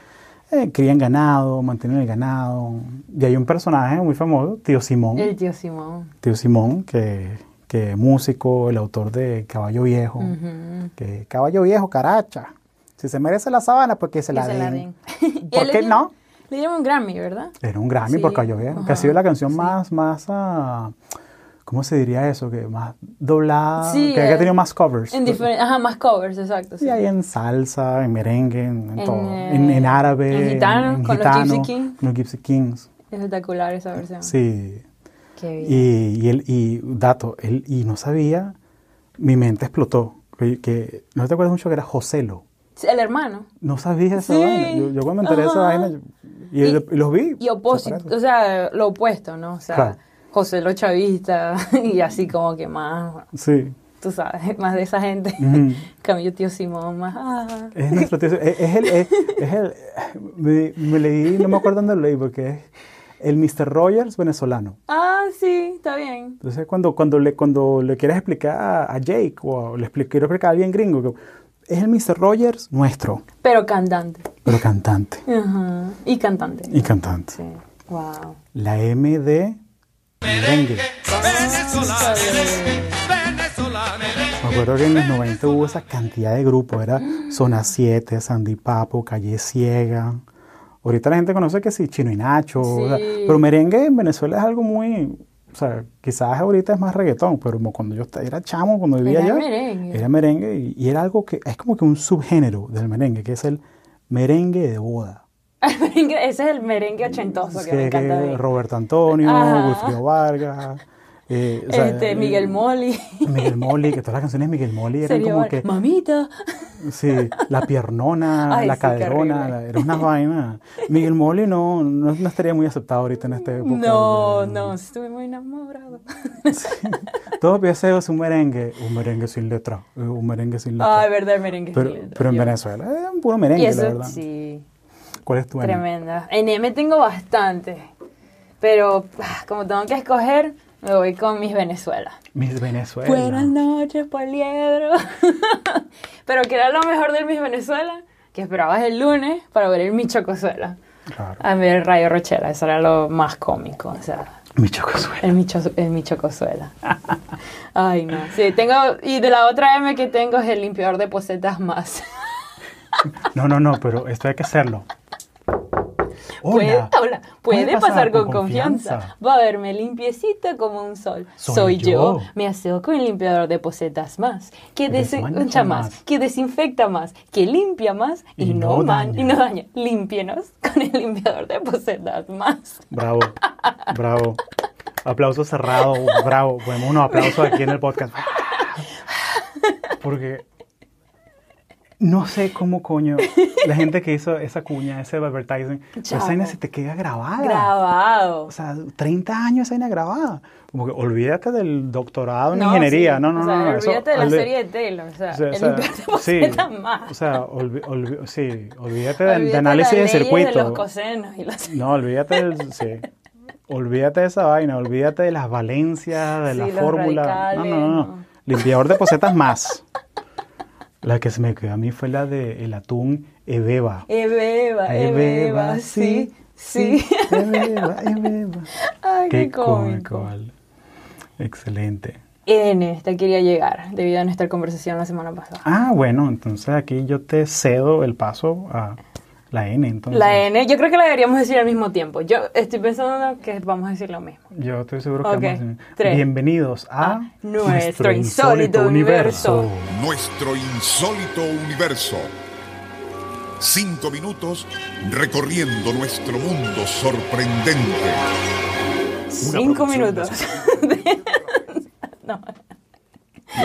eh, crían ganado, mantienen el ganado. Y hay un personaje muy famoso, Tío Simón. El tío Simón. Tío Simón, que, que es músico, el autor de Caballo Viejo. Ujú. que, Caballo Viejo, caracha. Si se merece la sábana, pues que se Que la se la den. den. Y ¿Por él le qué dio- no? Le dieron un Grammy, ¿verdad? Era un Grammy Sí, por Caballo Viejo, que ajá, ha sido la canción sí. más, más, ah, ¿cómo se diría eso? Que más doblada, Sí, que, que eh, ha tenido más covers. En diferentes, ajá, más covers, exacto. sí. Y hay en salsa, en merengue, en, en En, todo. eh, En, en árabe, en gitano, con los Gypsy Kings. Ah. con los Gypsy Kings. Espectacular esa versión. Sí. Qué bien. Y, y él, y dato, él, y no sabía, mi mente explotó. Que, que- no te acuerdas mucho que era Joselo. Sí, El hermano. No sabía esa Sí. vaina. Yo, yo cuando me enteré de esa Ajá. vaina, yo- y, y los vi. Y opósito, se o parecen. sea, lo opuesto, ¿no? O sea, Claro. José lo chavista y así como que más, Sí. tú sabes, más de esa gente. Ujú. Cambio tío Simón, más... ah. Es nuestro tío- es, es el, es, es el- me, me leí, no me acuerdo dónde lo leí, porque es el Mr. Rogers venezolano. Ah, sí, está bien. Entonces, cuando, cuando, le, cuando le quieres explicar a, a Jake o le expli- quiero explicar a alguien gringo, que es el Mr. Rogers nuestro, Pero cantante. pero cantante. Ajá. Y cantante. Y cantante. Sí, wow. La M de merengue. Venezolano, Me acuerdo que en los 90 hubo esa cantidad de grupos, era Zona 7, Sandy Papo, Calle Ciega. Ahorita la gente conoce que sí, Chino y Nacho, o sea, Sí. pero merengue en Venezuela es algo muy, o sea, quizás ahorita es más reggaetón, pero como cuando yo esta- era chamo, cuando vivía allá, Era merengue. era merengue y, y era algo que es como que un subgénero del merengue, que es el merengue de boda. Ese es el merengue ochentoso que, Es me que- encanta. a mí. que Roberto Antonio, Ajá. Wilfrido Vargas, eh, o sea, este, Miguel Moli. Miguel Moli, que todas las canciones de Miguel Moli eran Sería como bueno. que Mamita. Sí, la piernona, Ay, la sí, qué caderona, la- horrible. era una vaina. Miguel Moli no, no, no estaría muy aceptado ahorita en esta época. No, no, estuve muy enamorado. Todo piensa es un merengue, un merengue sin letra, eh, un merengue sin letra. Ay, verdad, el merengue. Ah, es pero, lindo. pero en Yo- Venezuela es un puro Y merengue, la eso, verdad. sí, ¿Cuál es tu merengue? tremenda. En M tengo bastante, pero ah, como tengo que escoger, me voy con mis Venezuela. Mis Venezuela. Buenas noches, poliedro. pero que era lo mejor del mis Venezuela, que esperabas el lunes para ver el mi chocosuela. Claro. A ver el Rayo Rochela, eso era lo más cómico, o sea, Mi chocosuela. el mi, cho- el mi chocosuela. Ay, no. Sí, tengo, y de la otra M que tengo es el limpiador de posetas más. No, no, no, pero esto hay que hacerlo. Puede, Hola. hola, puede pasar, con confianza. Va a verme limpiecita como un sol. Soy, Soy yo. yo. Me aseo con el limpiador de posetas más, que Desmancha desengancha más, más. que desinfecta más, que limpia más y, Y no no man, daña. y no daña. Límpienos con el limpiador de posetas más. Bravo, bravo. Aplauso cerrado, bravo. Ponemos unos aplausos aquí en el podcast. Porque no sé cómo coño la gente que hizo esa cuña, ese advertising, pero esa Chavo. vaina se te queda grabada. Grabado. O sea, 30 años esa vaina grabada. Como que olvídate del doctorado en No, ingeniería. sí. No, no, O sea, no. eso- olvídate de la olvi- serie de Taylor. O sea, o sea, el o sea, limpiador de sí, posetas más. o sea, olvi- olvi- sí, olvídate del- Olvídate de análisis de las leyes circuito. De los cosenos y las- No, olvídate del, sí. Olvídate de esa vaina, olvídate de las valencias, de Sí, la los fórmula. No, radicales, no, no, no. no. Limpiador de posetas más. La que se me quedó a mí fue la de el atún Ebeba. Ebeba, Ebeba, sí, sí. Ebeba, Ebeba. Ay, qué, Qué cómico. cómico. vale. Excelente. En esta quería llegar, debido a nuestra conversación la semana pasada. Ah, bueno, entonces aquí yo te cedo el paso a la N, entonces. La E. N, yo creo que la deberíamos decir al mismo tiempo. Yo estoy pensando que vamos a decir lo mismo. Yo estoy seguro que Ok, vamos a decir, tres. Bienvenidos a Ah, nuestro insólito universo". Nuestro insólito universo. Cinco minutos recorriendo nuestro mundo sorprendente. Cinco minutos. no,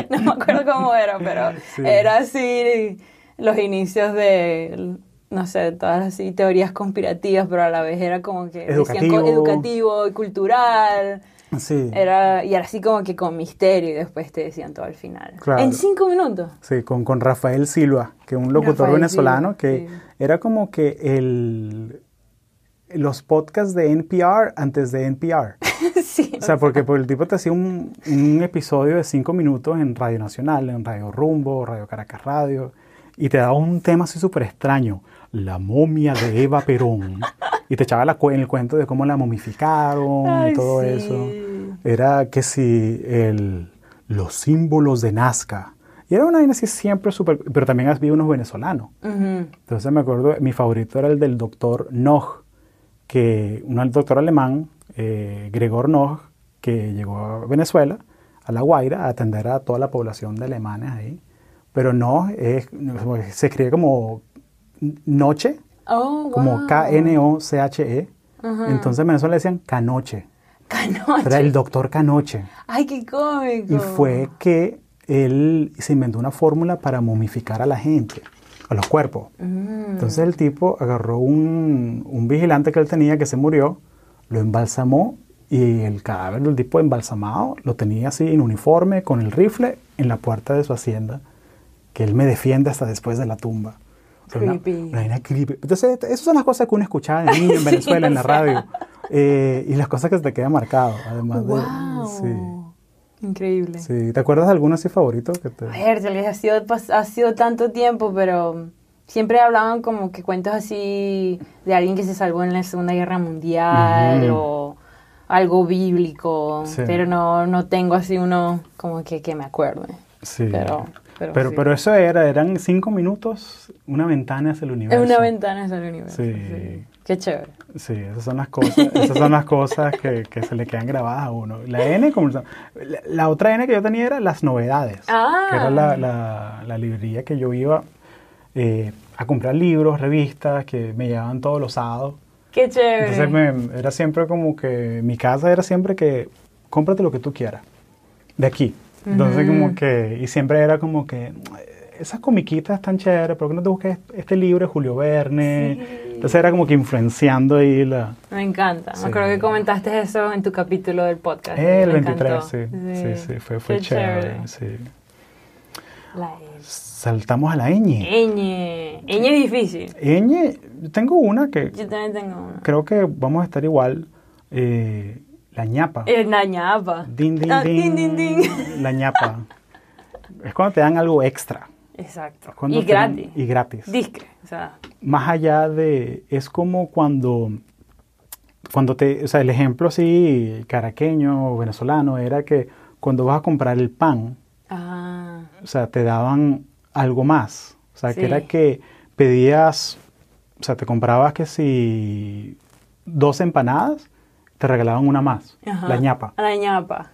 no me acuerdo cómo era, pero Sí. era así los inicios de, no sé, todas así teorías conspirativas, pero a la vez era como que decían co- Educativo. educativo y cultural. Sí. Era, y era así como que con misterio y después te decían todo al final. Claro. En cinco minutos. Sí, con, con Rafael Silva, que es un locutor Rafael venezolano Silva, que sí. era como que el los podcasts de NPR antes de NPR. sí. O sea, porque, porque el tipo te hacía un, un episodio de cinco minutos en Radio Nacional, en Radio Rumbo, Radio Caracas Radio, y te daba un tema así súper extraño, la momia de Eva Perón, y te echaba la cu- el cuento de cómo la momificaron Ay, y todo sí. eso. Era que si el, los símbolos de Nazca, y era una vaina así siempre súper, pero también había unos venezolanos. Ujú. Entonces me acuerdo, mi favorito era el del doctor Nog, que un doctor alemán, eh, Gregor Nog, que llegó a Venezuela, a La Guaira, a atender a toda la población de alemanes ahí. Pero Nog es- se escribe como noche, Oh, como wow. K-N-O-C-H-E. E. Entonces en Venezuela le decían canoche. Canoche. Era el doctor canoche. Ay, qué cómico. Y fue que él se inventó una fórmula para momificar a la gente, a los cuerpos. Mm. Entonces el tipo agarró un, un vigilante que él tenía que se murió, lo embalsamó y el cadáver del tipo embalsamado lo tenía así en uniforme, con el rifle, en la puerta de su hacienda, que él me defiende hasta después de la tumba. O sea, una- Creepy. una vaina creepy. Entonces, esas son las cosas que uno escuchaba de niño en Sí, Venezuela, en la o sea. radio. Eh, y las cosas que se te quedan marcado, además de... Wow. sí. Increíble. Sí, ¿te acuerdas de algún así favorito que te... A ver, tal vez ha sido, pas- ha sido tanto tiempo, pero siempre hablaban como que cuentos así de alguien que se salvó en la Segunda Guerra Mundial Ujú. o algo bíblico, Sí. pero no, no tengo así uno como que, que me acuerde. Sí. Pero, pero, Pero, sí. pero eso era, eran cinco minutos, una ventana hacia el es universo. una ventana hacia el universo. Sí. sí. Qué chévere. Sí, esas son las cosas, esas son las cosas que, que se le quedan grabadas a uno. La N, como, la, la otra N que yo tenía era las novedades, Ah. que era la, la- la librería que yo iba eh, a comprar libros, revistas, que me llevaban todos los sábados. Qué chévere. Entonces me- era siempre como que mi casa era siempre que cómprate lo que tú quieras de aquí. Entonces como que y siempre era como que esas comiquitas están chéveres, ¿por qué no te buscas este libro de Julio Verne? Entonces era como que influenciando ahí la Me encanta. Sí. Me acuerdo que comentaste eso en tu capítulo del podcast. el Me 23, encantó. sí, sí, sí, fue, fue Qué chévere, sí. La L. Saltamos a la ñ. Ñ. Ñ es difícil. Ñ, tengo una que Yo también tengo una. creo que vamos a estar igual, eh, la ñapa. Es la ñapa. Din, din, Ah, din, din, din, din. La ñapa. es cuando te dan algo extra. Exacto. Cuando Y te dan- gratis. Y gratis. Disque. O sea, Más allá de... Es como cuando... Cuando te... O sea, el ejemplo así caraqueño o venezolano era que cuando vas a comprar el pan, ah, o sea, te daban algo más. O sea, Sí. que era que pedías... O sea, te comprabas que si dos empanadas, te regalaban una más, ajá. la ñapa. La ñapa.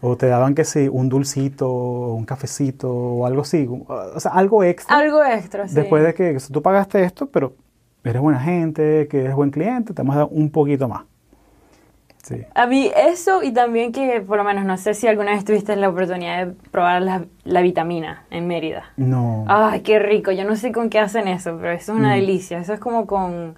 O te daban que sí, un dulcito, o un cafecito o algo así. un- O sea, algo extra. Algo extra, Ah, sí. Después de que tú pagaste esto, pero eres buena gente, que eres buen cliente, te vamos a dar un poquito más. Sí. A mí eso y también que, por lo menos, no sé si alguna vez tuviste la oportunidad de probar la, la vitamina en Mérida. No. Ay, qué rico. Yo no sé con qué hacen eso, pero eso es una Mm. delicia. Eso es como con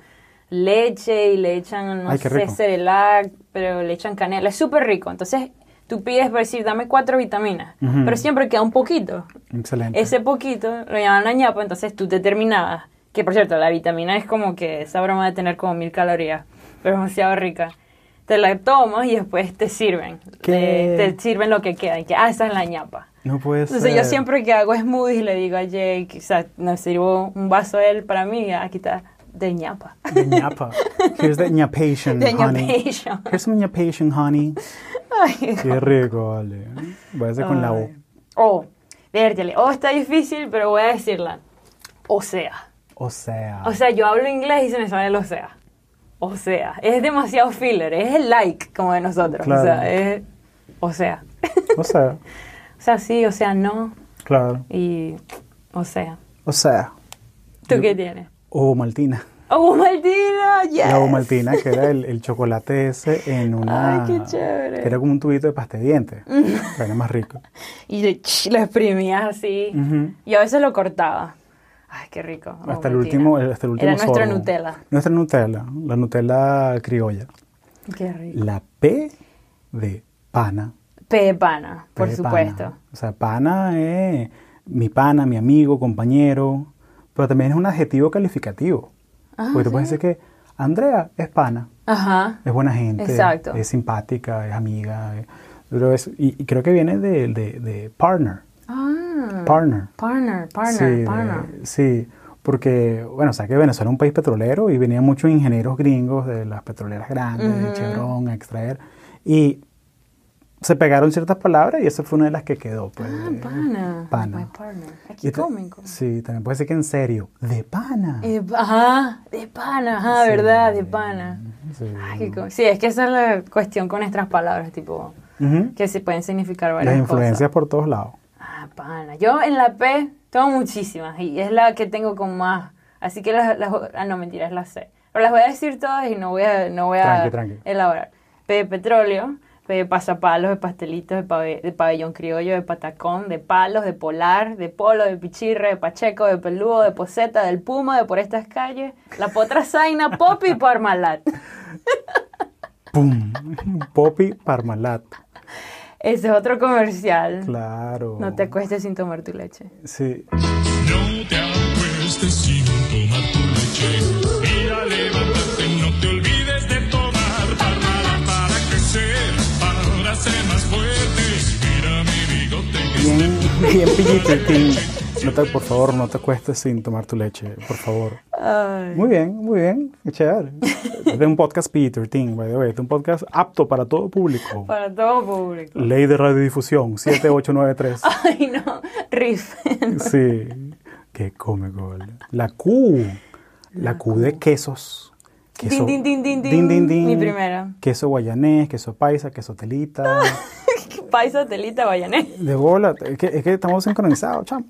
leche y le echan, no Ay, qué sé, rico. cerelac, pero le echan canela. Es súper rico. Entonces, tú pides por decir, dame cuatro vitaminas, Ujú. pero siempre queda un poquito. Excelente. Ese poquito lo llaman la ñapa, entonces tú te terminabas. Que por cierto, la vitamina es como que esa broma de tener como mil calorías, pero es demasiado rica. Te la tomas y después te sirven. ¿Qué? Te, te sirven lo que queda. Y que, ah, esa es la ñapa. no puede ser. Entonces yo siempre que hago smoothies le digo a Jake, o sea, no sirvo un vaso de él para mí, ah, aquí está de ñapa. De ñapa. Here's the ñapation, De honey. ñapation. Here's some ñapation, honey. Ay, Qué rico, vale. Voy a hacer con la O. Ay. O, vértele, o está difícil, pero voy a decirla. O sea. O sea. O sea, yo hablo inglés y se me sale el o sea. O sea, es demasiado filler, es el like como de nosotros. Claro. O sea, es, o sea. O sea. o sea, sí, o sea, no, Claro. y o sea. O sea. ¿Tú Yo- qué tienes? O Maltina. ¡Oh, Martina! ¡Yes! La Omaltina, que era el, el chocolate ese en una. Ay, qué chévere. Que era como un tubito de pasta de dientes. era más rico. Y le- ch- lo exprimías así. Ujú. Y a veces lo cortaba. Ay, qué rico. Oh, Hasta el, mentira. último, el- hasta el último Era nuestra sorbo. Nutella. Nuestra Nutella, la Nutella criolla. Qué rico. La P de pana. Pepana, P por de supuesto. pana. O sea, pana es mi pana, mi amigo, compañero. Pero también es un adjetivo calificativo. Ah, porque tú puedes decir que Andrea es pana. Ajá. Es buena gente, Exacto. es simpática, es amiga. eh, pero es- y, y creo que viene de, de- de partner. Ah, Ah. Partner. Partner, Sí, partner, de- partner. sí, porque, bueno, o sea que Venezuela es un país petrolero y venían muchos ingenieros gringos de las petroleras grandes, de Chevron, a extraer. Y se pegaron ciertas palabras y esa fue una de las que quedó. Pues, Ah, de- pana. Pana. My partner. Aquí Y este- ta- cómico. Sí, también puede ser que en serio. De pana. Eh, ajá, de pana, ajá, Sí. Mm. ¿verdad? De pana. Sí. Ay, qué co- sí, es que esa es la cuestión con nuestras palabras, tipo, Ujú. que se pueden significar varias Las influencias cosas. por todos lados. Ah, pana. Yo en la P tengo muchísimas y es la que tengo con más. Así que las, las- ah, no, mentira, es la C. Pero las voy a decir todas y no voy a, no voy Tranqui, a tranqui. elaborar. P de petróleo, P de pasapalos, de pastelitos, de, pabell- de pabellón criollo, de patacón, de palos, de polar, de polo, de pichirre, de pacheco, de peludo, de poseta, del puma, de por estas calles, la potra zaina, pop y parmalat. ¡Pum! Poppy Parmalat. Ese es otro comercial. Claro. No te acuestes sin tomar tu leche. Sí. No te acuestes sin tomar tu leche. Mira, levántate, no te olvides de tomar Parmalat para crecer, para ser más fuerte. Mira mi bigote que Bien, bien pillitín. No te- por favor, no te acuestes sin tomar tu leche, por favor. Ay. Muy bien, muy bien, qué chévere. Es de un podcast Peter Ting, by the way. Es un podcast apto para todo público. Para todo público. Ley de radiodifusión 7893. Ay, no. Riff. Sí, qué cómico. ¿vale? La Q, la Q de quesos. Queso, Din, din, din, din, din. Mi primera. Queso guayanés, queso paisa, queso telita. Paisa, telita, bayané. De bola, es que, es que estamos sincronizados, chamo.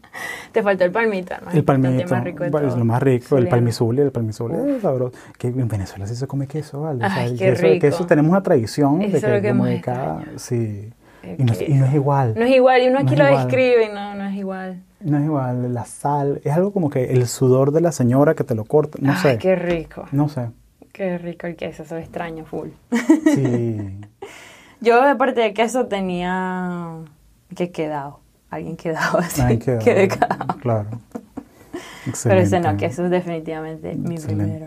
Te faltó el palmito. hermano. El palmito, Bastante más rico de va- es todo. lo más rico, el Chileno. palmizuli, el palmizuli, es sabroso. Que en Venezuela sí se come queso, ¿vale? O sea, Ay, el qué queso, el queso rico. tenemos una tradición Eso de es que, lo que como más de cada, sí. El Y no, es- y no es igual, No es igual, y uno No aquí es lo igual. describe y no, no es igual. no es igual, la sal, es algo como que el sudor de la señora que te lo corta, no Ay, sé, qué rico. no sé, Qué rico el queso, eso es extraño, full. sí, Yo, aparte de queso, tenía. que quedado? Alguien quedado así. hay que Quedé cagado. claro. Pero ese no, Excelente, queso es definitivamente mi excelente. primero.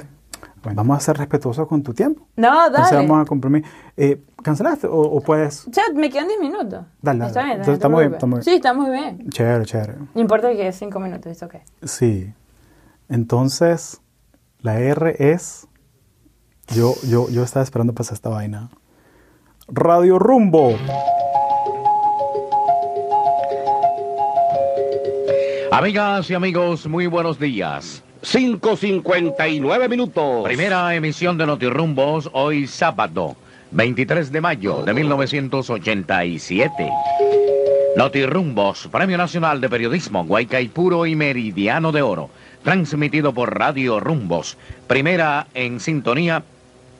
Bueno, vamos a ser respetuosos con tu tiempo, No, dale. entonces vamos a comprimir, eh, ¿cancelaste o, o puedes? Chat, me quedan 10 minutos. Dale, dale. Está bien, Entonces, no te está muy bien, está muy preocupes. bien. Sí, está muy bien. Chévere, chévere. No importa que es 5 minutos, ¿es ok? Sí. Entonces, la R es. Yo, yo, yo estaba esperando pasar esta vaina. Radio Rumbo. Amigas y amigos, muy buenos días. 5.59 minutos. Primera emisión de Notirrumbos hoy sábado, 23 de mayo de 1987. Notirrumbos, Premio Nacional de Periodismo Guaycaipuro y Meridiano de Oro, transmitido por Radio Rumbos, primera en sintonía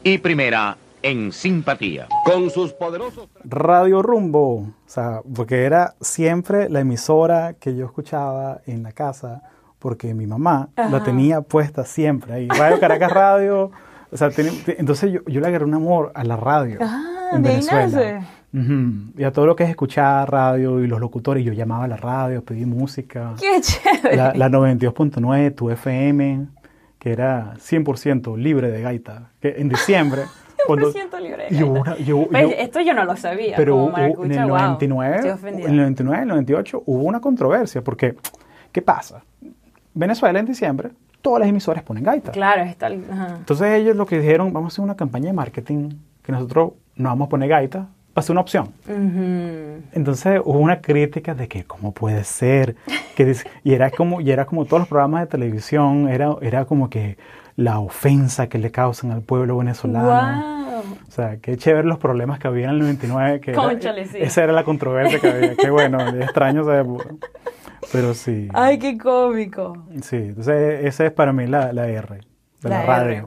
y primera en simpatía. Con sus poderosos... Radio Rumbo. O sea, porque era siempre la emisora que yo escuchaba en la casa, porque mi mamá la tenía puesta siempre ahí. Radio Caracas Radio. O sea, tenía- te- entonces yo, yo le agarré un amor a la radio Ah, en de ahí Venezuela. nace. Ujú. Y a todo lo que es escuchar radio y los locutores. Yo llamaba a la radio, pedí música. ¡Qué chévere! La, la 92.9, tu FM, que era 100% libre de gaita, que en diciembre... cuando- 100% libre. y hubo una- y hubo- Pues, y hubo- esto yo no lo sabía. pero como hubo- en maracucha, el guau, 99, Estoy en ofendida. el 99, el 98 hubo una controversia, porque ¿qué pasa? Venezuela en diciembre, todas las emisoras ponen gaita. Claro, está. ajá. Entonces ellos lo que dijeron, vamos a hacer una campaña de marketing, que nosotros no vamos a poner gaita, va a ser una opción. Ujú. Entonces hubo una crítica de que cómo puede ser, que dice- y era como y era como todos los programas de televisión, era era como que la ofensa que le causan al pueblo venezolano. ¡Guau! O sea, qué chévere los problemas que había en el 99, que era- Cónchale, sí. esa era la controversia que había, que bueno, extraño, o sea, pero sí. ¡Ay, qué cómico! Sí, entonces esa es para mí la, la R, de la, radio. R.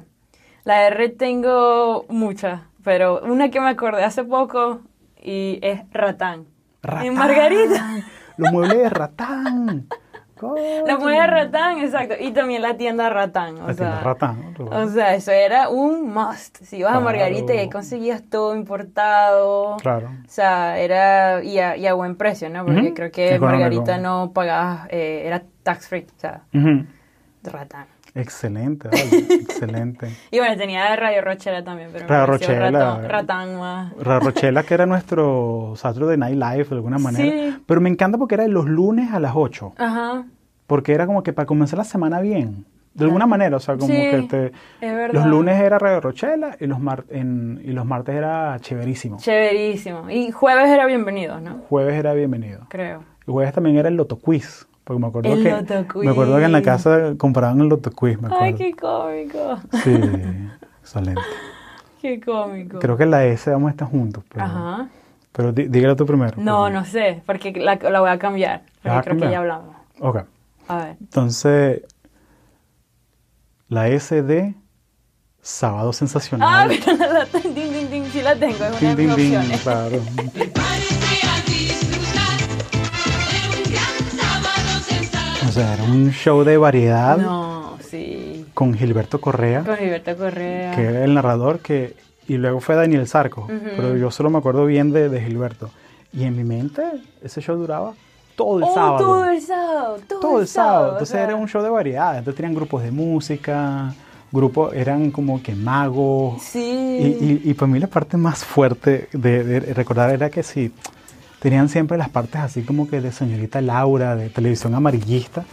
La R tengo muchas, pero una que me acordé hace poco y es Ratán. Ratán. En Margarita. Los muebles de ratán. Coño. La moneda Ratán, exacto. Y también la tienda Ratán. O La tienda sea, Ratán, claro. O sea, eso era un must. Si ibas a Claro. Margarita y ahí conseguías todo importado. Claro. O sea, era. Y a, y a buen precio, ¿no? Porque Ujú. creo que Económico. Margarita no pagabas. eh, era tax free. O sea, Ujú. Ratán. Excelente, vale, excelente. Y bueno, tenía Radio Rochela también, pero me Radio pareció Rochela. eh. ratón- ratán más. Ra- Rochela, que era nuestro Saturday Night Live de alguna manera. Sí. Pero me encanta porque era de los lunes a las 8. Ajá. Porque era como que para comenzar la semana bien. De alguna manera, o sea, como Ah, Sí, que te- es verdad. los lunes era Radio Rochela y los, mar- en- y los martes era chéverísimo. Chéverísimo. Y jueves era bienvenido, ¿no? Jueves era bienvenido. Creo. Y jueves también era el Loto Quiz. Porque me acuerdo, El que, Loto me acuerdo que en la Quiz. casa compraban el Loto Quiz. Me acuerdo. Ay, qué cómico. Sí, excelente. Qué cómico. Creo que la S vamos a estar juntos. Pero, Ajá. pero di- dígalo tú primero. No, por no sé, porque la, la voy a cambiar. Porque ¿La vas a creo cambiar? que ya hablamos. favor. Ok. A ver. Entonces, la S de Sábado Ah, Sensacional. mira, la, la- ding, ding, ding, sí la tengo, es Din, una de mis din, din, opciones. claro. Prepárese a disfrutar de un gran sábado sensacional. O sea, era un show de variedad No, sí. con Gilberto Correa, Con Gilberto Correa. que era el narrador, que, y luego fue Daniel Sarco. Pero yo solo me acuerdo bien de, de Gilberto. Y en mi mente, ese show duraba todo el Oh, sábado. todo el sábado. Todo, todo el sábado. o Entonces sea, era un show de variedad. Entonces tenían grupos de música, grupos, eran como que magos. Sí. Y, y, y para mí la parte más fuerte de, de recordar era que sí, tenían siempre las partes así como que de señorita Laura, de televisión amarillista,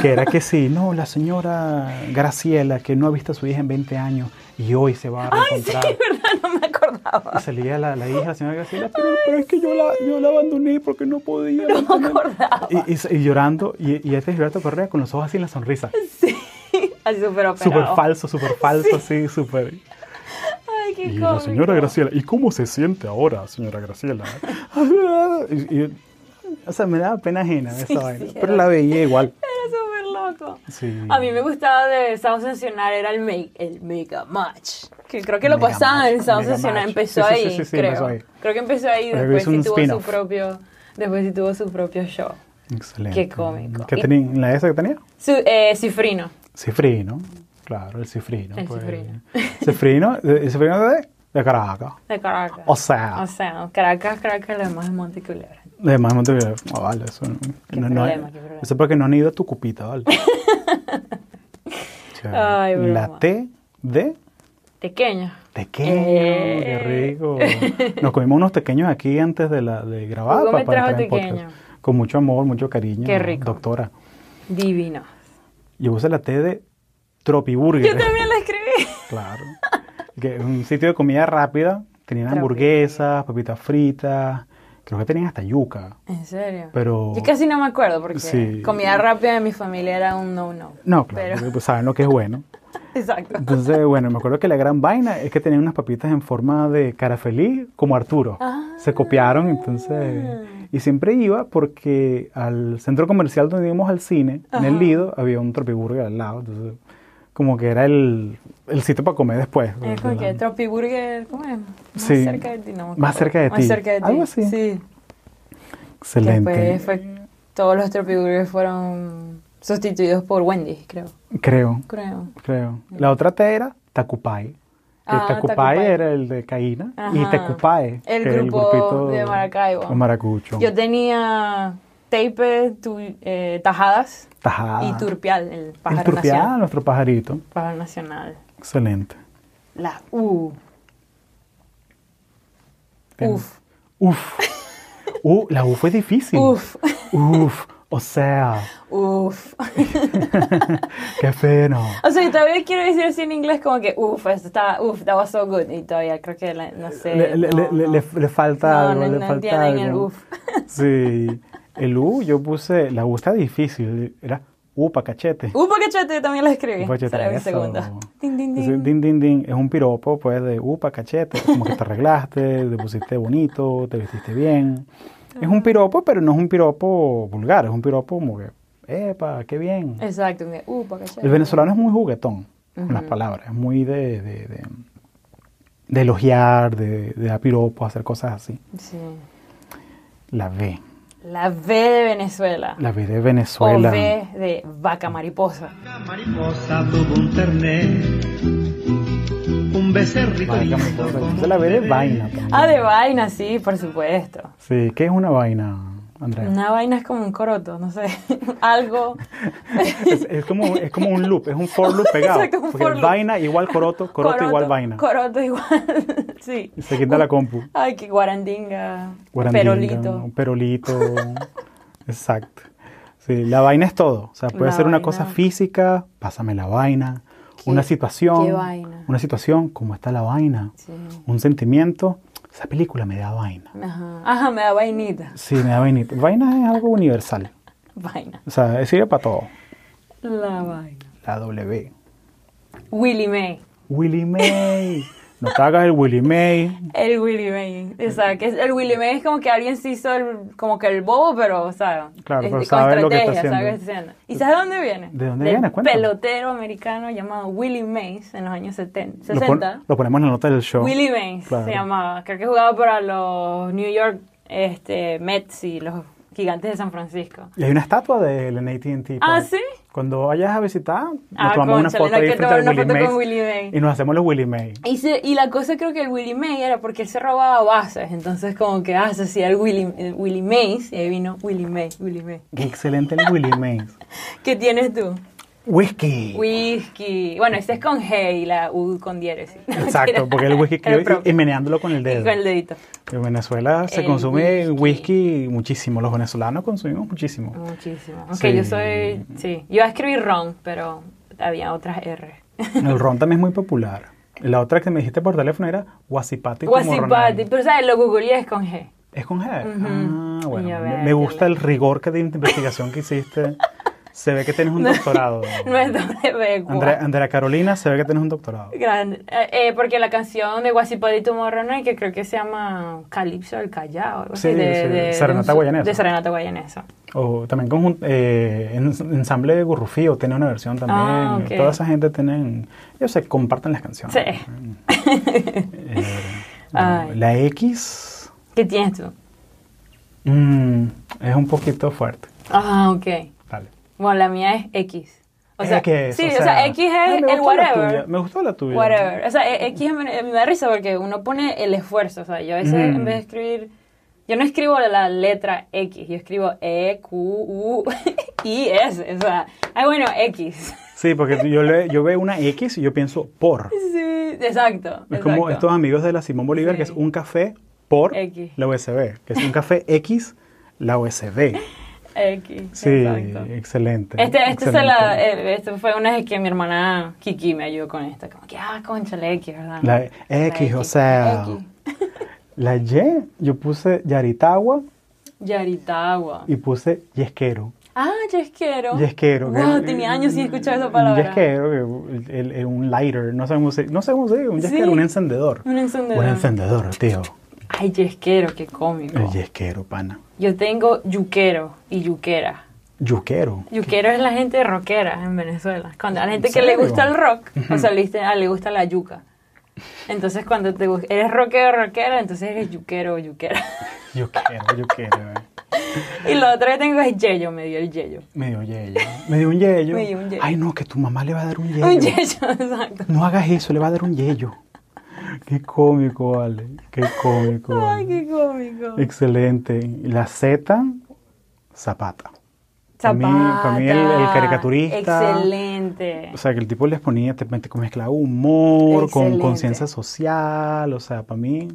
que era que sí, no, la señora Graciela, que no ha visto a su hija en 20 años y hoy se va a Ay, sí, reencontrar. verdad, no me acordaba. Y salía la, la hija, la señora Graciela, pero, pero es que yo la, yo la abandoné porque no podía. No me acordaba. Y, y- y llorando, y, y este Gilberto Correa con los ojos así en la sonrisa. Así súper operado. Súper falso, súper falso, así, súper. Ay, qué Y cómico. la señora Graciela, ¿y cómo se siente ahora, señora Graciela? Y- y- o sea, me daba pena ajena esa vaina, sí, pero era- la veía igual. Era súper loco. Sí. A mí me gustaba de Sábado Sensacional, era el, me- el Mega Match. Que creo que lo Mega pasaban Match, en Sábado Mega Sensacional. Match. Empezó Sí, sí, ahí, sí, sí, sí, creo. empezó ahí. Creo que empezó ahí y Creo que después hizo sí un tuvo su spin-off. propio... Después sí tuvo su propio show. Excelente. Qué cómico. ¿Qué tenía? ¿La esa que tenía? Su, eh, Cifrino. Cifrino. Claro, el cifrino. pues. El cifrino. Cifrino, el cifrino de, de Caracas. De Caracas. O sea. O sea, Caracas, Caracas, lo demás es Monte Culebra. De más Montevideo. Ah, vale, eso no. Qué no- no- problema, qué problema. Eso porque no han ido a tu cupita, ¿vale? O sea, Ay, la broma. T de Pequeño. Tequeño, qué Eh. rico. Nos comimos unos tequeños aquí antes de, la, de grabar. Hugo pa- me trajo entrar en tequeño. podcast. Con mucho amor, mucho cariño. Qué rico. Doctora. Divino. Yo puse la T de Tropiburger. Yo también la escribí. Claro. Que es un sitio de comida rápida. Tenían hamburguesas, papitas fritas. Creo que tenían hasta yuca. En serio. Pero- Yo casi no me acuerdo porque Sí. comida rápida de mi familia era un no-no. No, claro, Pero- porque, pues, saben lo que es bueno. Exacto. Entonces, bueno, me acuerdo que la gran vaina es que tenían unas papitas en forma de cara feliz, como Arturo. Ah. Se copiaron, entonces. Y siempre iba porque al centro comercial donde íbamos al cine, en el Lido, había un tropiburger al lado. Entonces, como que era el, el sitio para comer después. Es como que Tropi Burger, ¿cómo es? Más Sí. cerca de ti, no me acuerdo. Más cerca de ti. Más cerca de ti. Algo así. Sí. Que Excelente. Después fue, todos los Tropi Burgers fueron sustituidos por Wendy's, creo. Creo, Creo. creo. La otra T era Tacupay. Que Ah, Tacupay, Tacupay. era el de Caína y Ajá. Tecupae. El que era grupo grupito- de Maracaibo. o Maracucho. Yo tenía tape, tu- eh, tajadas Tajada. y turpial, el Ah. El pájaro turpial, nacional. nuestro pajarito. Pájaro nacional. Excelente. La U. Bien. Uf. Uf. Uh, la U fue difícil. Uf. Uf. O sea, Uf. qué feo. O sea, y todavía quiero decir así en inglés como que, uff, esto está, uff, that was so good. Y todavía creo que, la- no sé. Le, le- no, le- no. le- le falta No, algo. no- le no falta entienden el algo. uf. Sí. El U, yo puse, la U está difícil. Era U pa' cachete. Upa cachete, yo Uh, también la escribí. Upa cachete, Será mi eso. segunda. Din, din, din. Entonces, din, din, din. Es un piropo, pues, de U pa' cachete. Como que te arreglaste, te pusiste bonito, te vestiste bien. Es un piropo, pero no es un piropo vulgar. Es un piropo como que, epa, qué bien. Exacto, un día, Uh, upa cachete. El venezolano es muy juguetón con las palabras, es muy de, de, de- de elogiar, de, de dar piropos, hacer cosas así. Sí. La B, La V de Venezuela. la B de o Venezuela. V de vaca mariposa. mariposa tuvo un terné, un becerrito Vaca, mariposa. Entonces, la B de vaina. pues. también. Ah, de vaina, sí, por supuesto. Sí, ¿qué es una vaina? Andrea? Una vaina es como un coroto, no sé. Algo. Es, es como, es como un loop, es un for loop pegado. Exacto, un porque for loop. vaina igual coroto, coroto, igual vaina. Coroto igual. sí. Y se quita la compu. Ay, qué guarandinga. Guarandinga, Perolito. Un perolito. Exacto. Sí, la vaina es todo. O sea, puede La ser una vaina. cosa física, pásame la vaina, una situación. qué vaina? Una situación, ¿cómo está la vaina? Sí. Un sentimiento. Esa película me da vaina. Ajá. Ajá, me da vainita. Sí, me da vainita. Vaina es algo universal. Vaina. O sea, sirve para todo. La vaina. La W. Willy May. Willy May. No te hagas el Willy May. El Willy May. O sea, que es- el Willy May es como que alguien se hizo el- como que el bobo, pero, o sea, Claro, es- pero con sabe lo que está estrategia, haciendo. sabe lo que está haciendo. ¿Y sabes de dónde viene? ¿De dónde Del viene? Cuéntame. pelotero americano llamado Willie Mays en los años 70, Lo, pon- 60. lo ponemos en la nota del show. Willie Mays Claro. se llamaba. Creo que jugaba para los New York este, Mets y los gigantes de San Francisco. Y hay una estatua de él en ATT. Ah, Pablo. ¿sí? pues. Cuando vayas a visitar, nos Ah, tomamos una cónchale, foto hay ahí que frente al tomar una Willy foto Mays. con Willie May. Y nos hacemos los Willy May. Y, se- y la cosa creo que el Willie May era porque él se robaba bases, entonces como que ah, se hacía el Willie, el Willie Mays y ahí vino Willie May, Willie May. Qué excelente el Willy May. ¿Qué tienes tú? Whisky. Whisky. Bueno, este es con G y la U con diéresis. Exacto, porque el whisky que Era propio. y, y meneándolo con el Y dedo. con el dedito. En Venezuela se El consume whisky. whisky. muchísimo. Los venezolanos consumimos muchísimo. Muchísimo. Ok, Sí. yo soy. Sí. Yo escribí ron, pero había otras R. El ron también es muy popular. La otra que me dijiste por teléfono era Wasipati. con Guasipati. morronada. Pues Pero, ¿sabes? Lo googleé es con G. Es con G. Ah, Ujú. bueno. Ya Me, ves, me gusta ya el rigor que de investigación que hiciste. Se ve que tienes un doctorado. No es doble Andrea, B. Andrea Carolina, se ve que tienes un doctorado. Grande. Eh, eh, porque la canción de Guasipati tu morrona, que creo que se llama Calipso del Callao, algo así, Sí, de, sí. de- de Serenata un- Guayanesa. De Serenata Guayanesa. O también con eh, ens- ensamble de Gurrufío tiene una versión también. Ah, ok. Toda esa gente tienen, ellos se comparten las canciones. Eh, Sí. Bueno, Ay. la X ¿Qué tienes tú? mm, es un poquito fuerte. Ah, ok. Vale. Bueno, la mía es X. O sea, X, sí, o sea, X ay, es me el gustó la tuya, whatever. me gustó la tuya. Whatever. O sea, e- X me, me da risa porque uno pone el esfuerzo. O sea, yo a veces Mm. en vez de escribir. Yo no escribo la letra X, yo escribo E, Q, U, I, S. O sea, ay, bueno, X. Sí, porque yo, le- yo veo una X y yo pienso por. Sí, exacto. Es como exacto. estos amigos de la Simón Bolívar, que es Sí. un café por X. la USB, que es un café X la USB. X. Sí, exacto. excelente. Este, este se excelente. la, eh, este fue una vez que mi hermana Kiki me ayudó con esta. Como que, ah, conchale, X, ¿verdad? La X, La o sea, X. La Y, yo puse Yaritagua Yaritagua. y puse Yesquero. Ah, yesquero. Yesquero. que- eh, Wow, tenía años sin escuchar esa palabra. Yesquero, que el- el- el- un lighter, no sé cómo se, no sé cómo se dice, un Sí. yesquero, un encendedor. Un encendedor. Un encendedor, tío. Ay, yesquero, qué cómico. El yesquero, pana. Yo tengo yuquero y yuquera. Yuquero. Yuquero es la gente rockera en Venezuela. Cuando a la gente que le serio? gusta el rock, o sea, le, diste- ah, le gusta la yuca. Entonces, cuando te, gu- eres rockero o rockera, entonces eres yuquero o yuquera. Yuquero, yuquero. eh. y lo otro que tengo es yeyo, me dio el yeyo. Me dio yello. Me dio un yello. Me dio un yello. Ay, no, que tu mamá le va a dar un yello. Un yeyo, exacto. No hagas eso, le va a dar un yello. Qué cómico, vale. Qué cómico. Ay, vale. qué cómico. Eh, Excelente. Y La Z, Zapata. Para mí- Zapata. para mí el- el caricaturista. Excelente. O sea, que el tipo les ponía, te mete con mezclaba humor, con Excelente. conciencia social. O sea, para mí,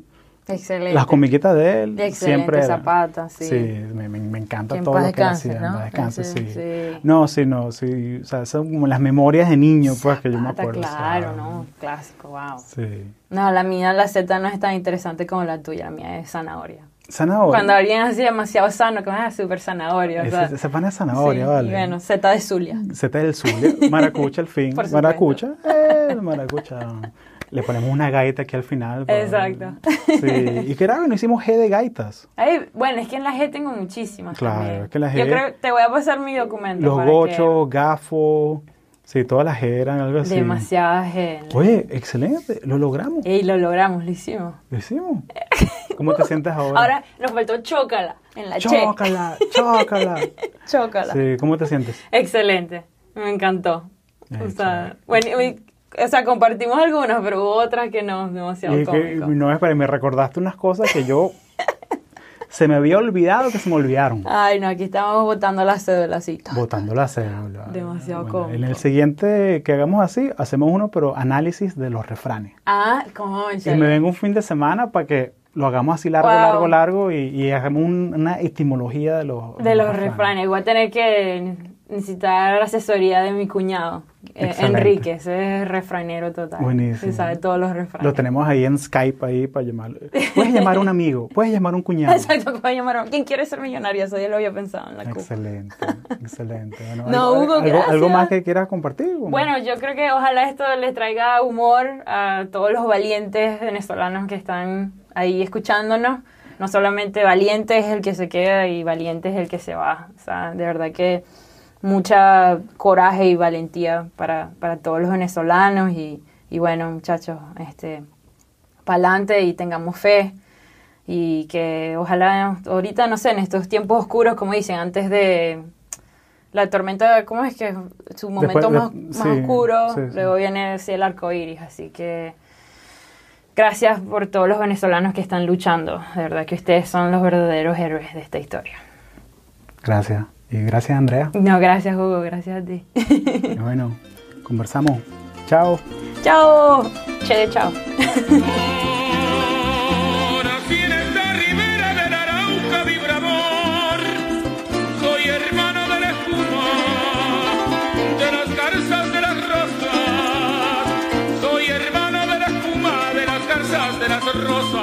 Excelente. las comiquetas de él De excelente siempre. eran- Zapata, sí. me, me- me encanta Que en todo paz lo que él descanse, hacía. ¿no? En paz descanse, Ese- sí. sí. No, sí, no, sí. O sea, son como las memorias de niño, pues, que yo me Zapata, acuerdo. o sea, claro, ¿no? Clásico, wow. Sí. No, la mía, la Z no es tan interesante como la tuya, la mía es zanahoria. Zanahoria. Cuando alguien es así demasiado sano, que es ah, súper zanahoria. o sea, Ese- ese pan es zanahoria, sí, vale. Y bueno, Z de Zulia. Z del Zulia, maracucha al fin, Por supuesto. maracucha, eh, el maracucha. Le ponemos una gaita aquí al final. para- Exacto. Sí. Y que era, bueno, hicimos G de gaitas. Ay, bueno, es que en la G tengo muchísimas. Claro, también. es que en la G- Yo creo te voy a pasar mi documento. Los para que- gochos, gafo, sí, todas las G eran algo así. Demasiadas G. Oye, excelente, lo logramos, Y lo logramos, lo hicimos. Uh, lo hicimos. ¿Cómo te sientes ahora? Ahora nos faltó chócala en la che. chócala, chócala. Chócala. Sí, ¿cómo te sientes? Excelente, me encantó. O sea, Ah, Excelente. bueno, y- o sea, compartimos algunas, pero hubo otras que no, demasiado Y que- cómico. no me parece, me recordaste unas cosas que yo Se me había olvidado que se me olvidaron. Ay, no, aquí estamos botando las cédulas, sí. Botando la cédula. Demasiado cómodo. En el siguiente que hagamos así, hacemos uno, pero análisis de los refranes. Ah, concha. Y me vengo un fin de semana para que lo hagamos así largo, Wow. largo, largo y, y hagamos un- una etimología de los, De los refranes. Voy a tener que necesitar asesoría de mi cuñado, eh, Excelente. Enrique. Ese es refranero total. Buenísimo. Se sabe todos los refranes. Lo tenemos ahí en Skype ahí para llamar. Puedes llamar a un amigo, puedes llamar a un cuñado. Exacto, ¿cómo llamaron? ¿Quién quiere ser millonario? Eso ya lo había pensado en la Q. Excelente, excelente. Bueno, No, algo, Hugo, algo- algo gracias. más que quieras compartir? Hugo? Bueno, yo creo que ojalá esto les traiga humor a todos los valientes venezolanos que están ahí escuchándonos. No solamente valiente es el que se queda y valiente es el que se va. O sea, de verdad que mucha coraje y valentía para, para todos los venezolanos. Y, y bueno, muchachos, este, pa'lante y tengamos fe y que ojalá ahorita, no sé, en estos tiempos oscuros, como dicen, antes de la tormenta, ¿cómo es que es? su momento Después de- más, más sí, oscuro? sí, sí. Luego viene sí, el arco iris, así que gracias por todos los venezolanos que están luchando, de verdad que ustedes son los verdaderos héroes de esta historia. Gracias. Y gracias, Andrea. No, gracias Hugo, gracias a ti. Y bueno, conversamos. Chao. chao, che, chao. Ahora fines de Rivera del Arauca vibrador, soy hermano de la espuma, de las garzas de las rosas, soy hermano de la espuma, de las garzas de las rosas.